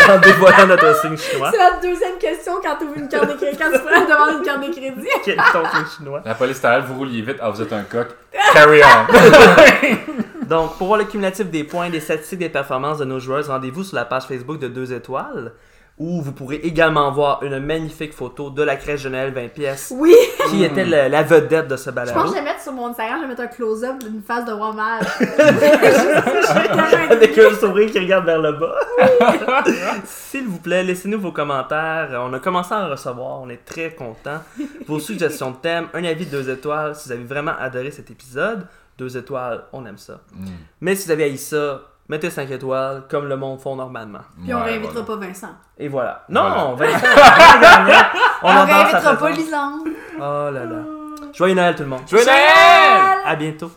S2: En, en dévoilant notre signe chinois.
S1: C'est la deuxième question quand tu une carte de crédit. Quand tu prends devant une carte de crédit.
S2: Quel est ton signe chinois?
S3: La police t'arrête, vous rouliez vite. Ah, vous êtes un coq. Carry on.
S2: Donc, pour voir le cumulatif des points, des statistiques, des performances de nos joueurs, rendez-vous sur la page Facebook de Deux Étoiles, où vous pourrez également voir une magnifique photo de la crèche de Noël 20 pièces,
S1: Oui!
S2: qui était le- la vedette de ce
S1: Hmm. Je pense
S2: balado.
S1: que je vais mettre sur mon Instagram, je vais mettre un close-up d'une face de Womage. Je vais tellement être
S2: Avec un sourire qui regarde vers le bas. S'il vous plaît, laissez-nous vos commentaires. On a commencé à en recevoir. On est très contents. Vos suggestions de thèmes, un avis de deux étoiles si vous avez vraiment adoré cet épisode. Deux étoiles, on aime ça.
S3: Hmm.
S2: Mais si vous avez haï ça, mettez 5 étoiles comme le monde font normalement.
S1: Puis on réinvitera pas Vincent.
S2: Et voilà. Non, on
S3: Voilà.
S2: va On
S1: On
S2: embrasse la
S1: réinvitera pas
S2: présence.
S1: Lisande.
S2: Oh là là. Joyeux Noël tout le monde.
S3: Joyeux Noël!
S2: À bientôt.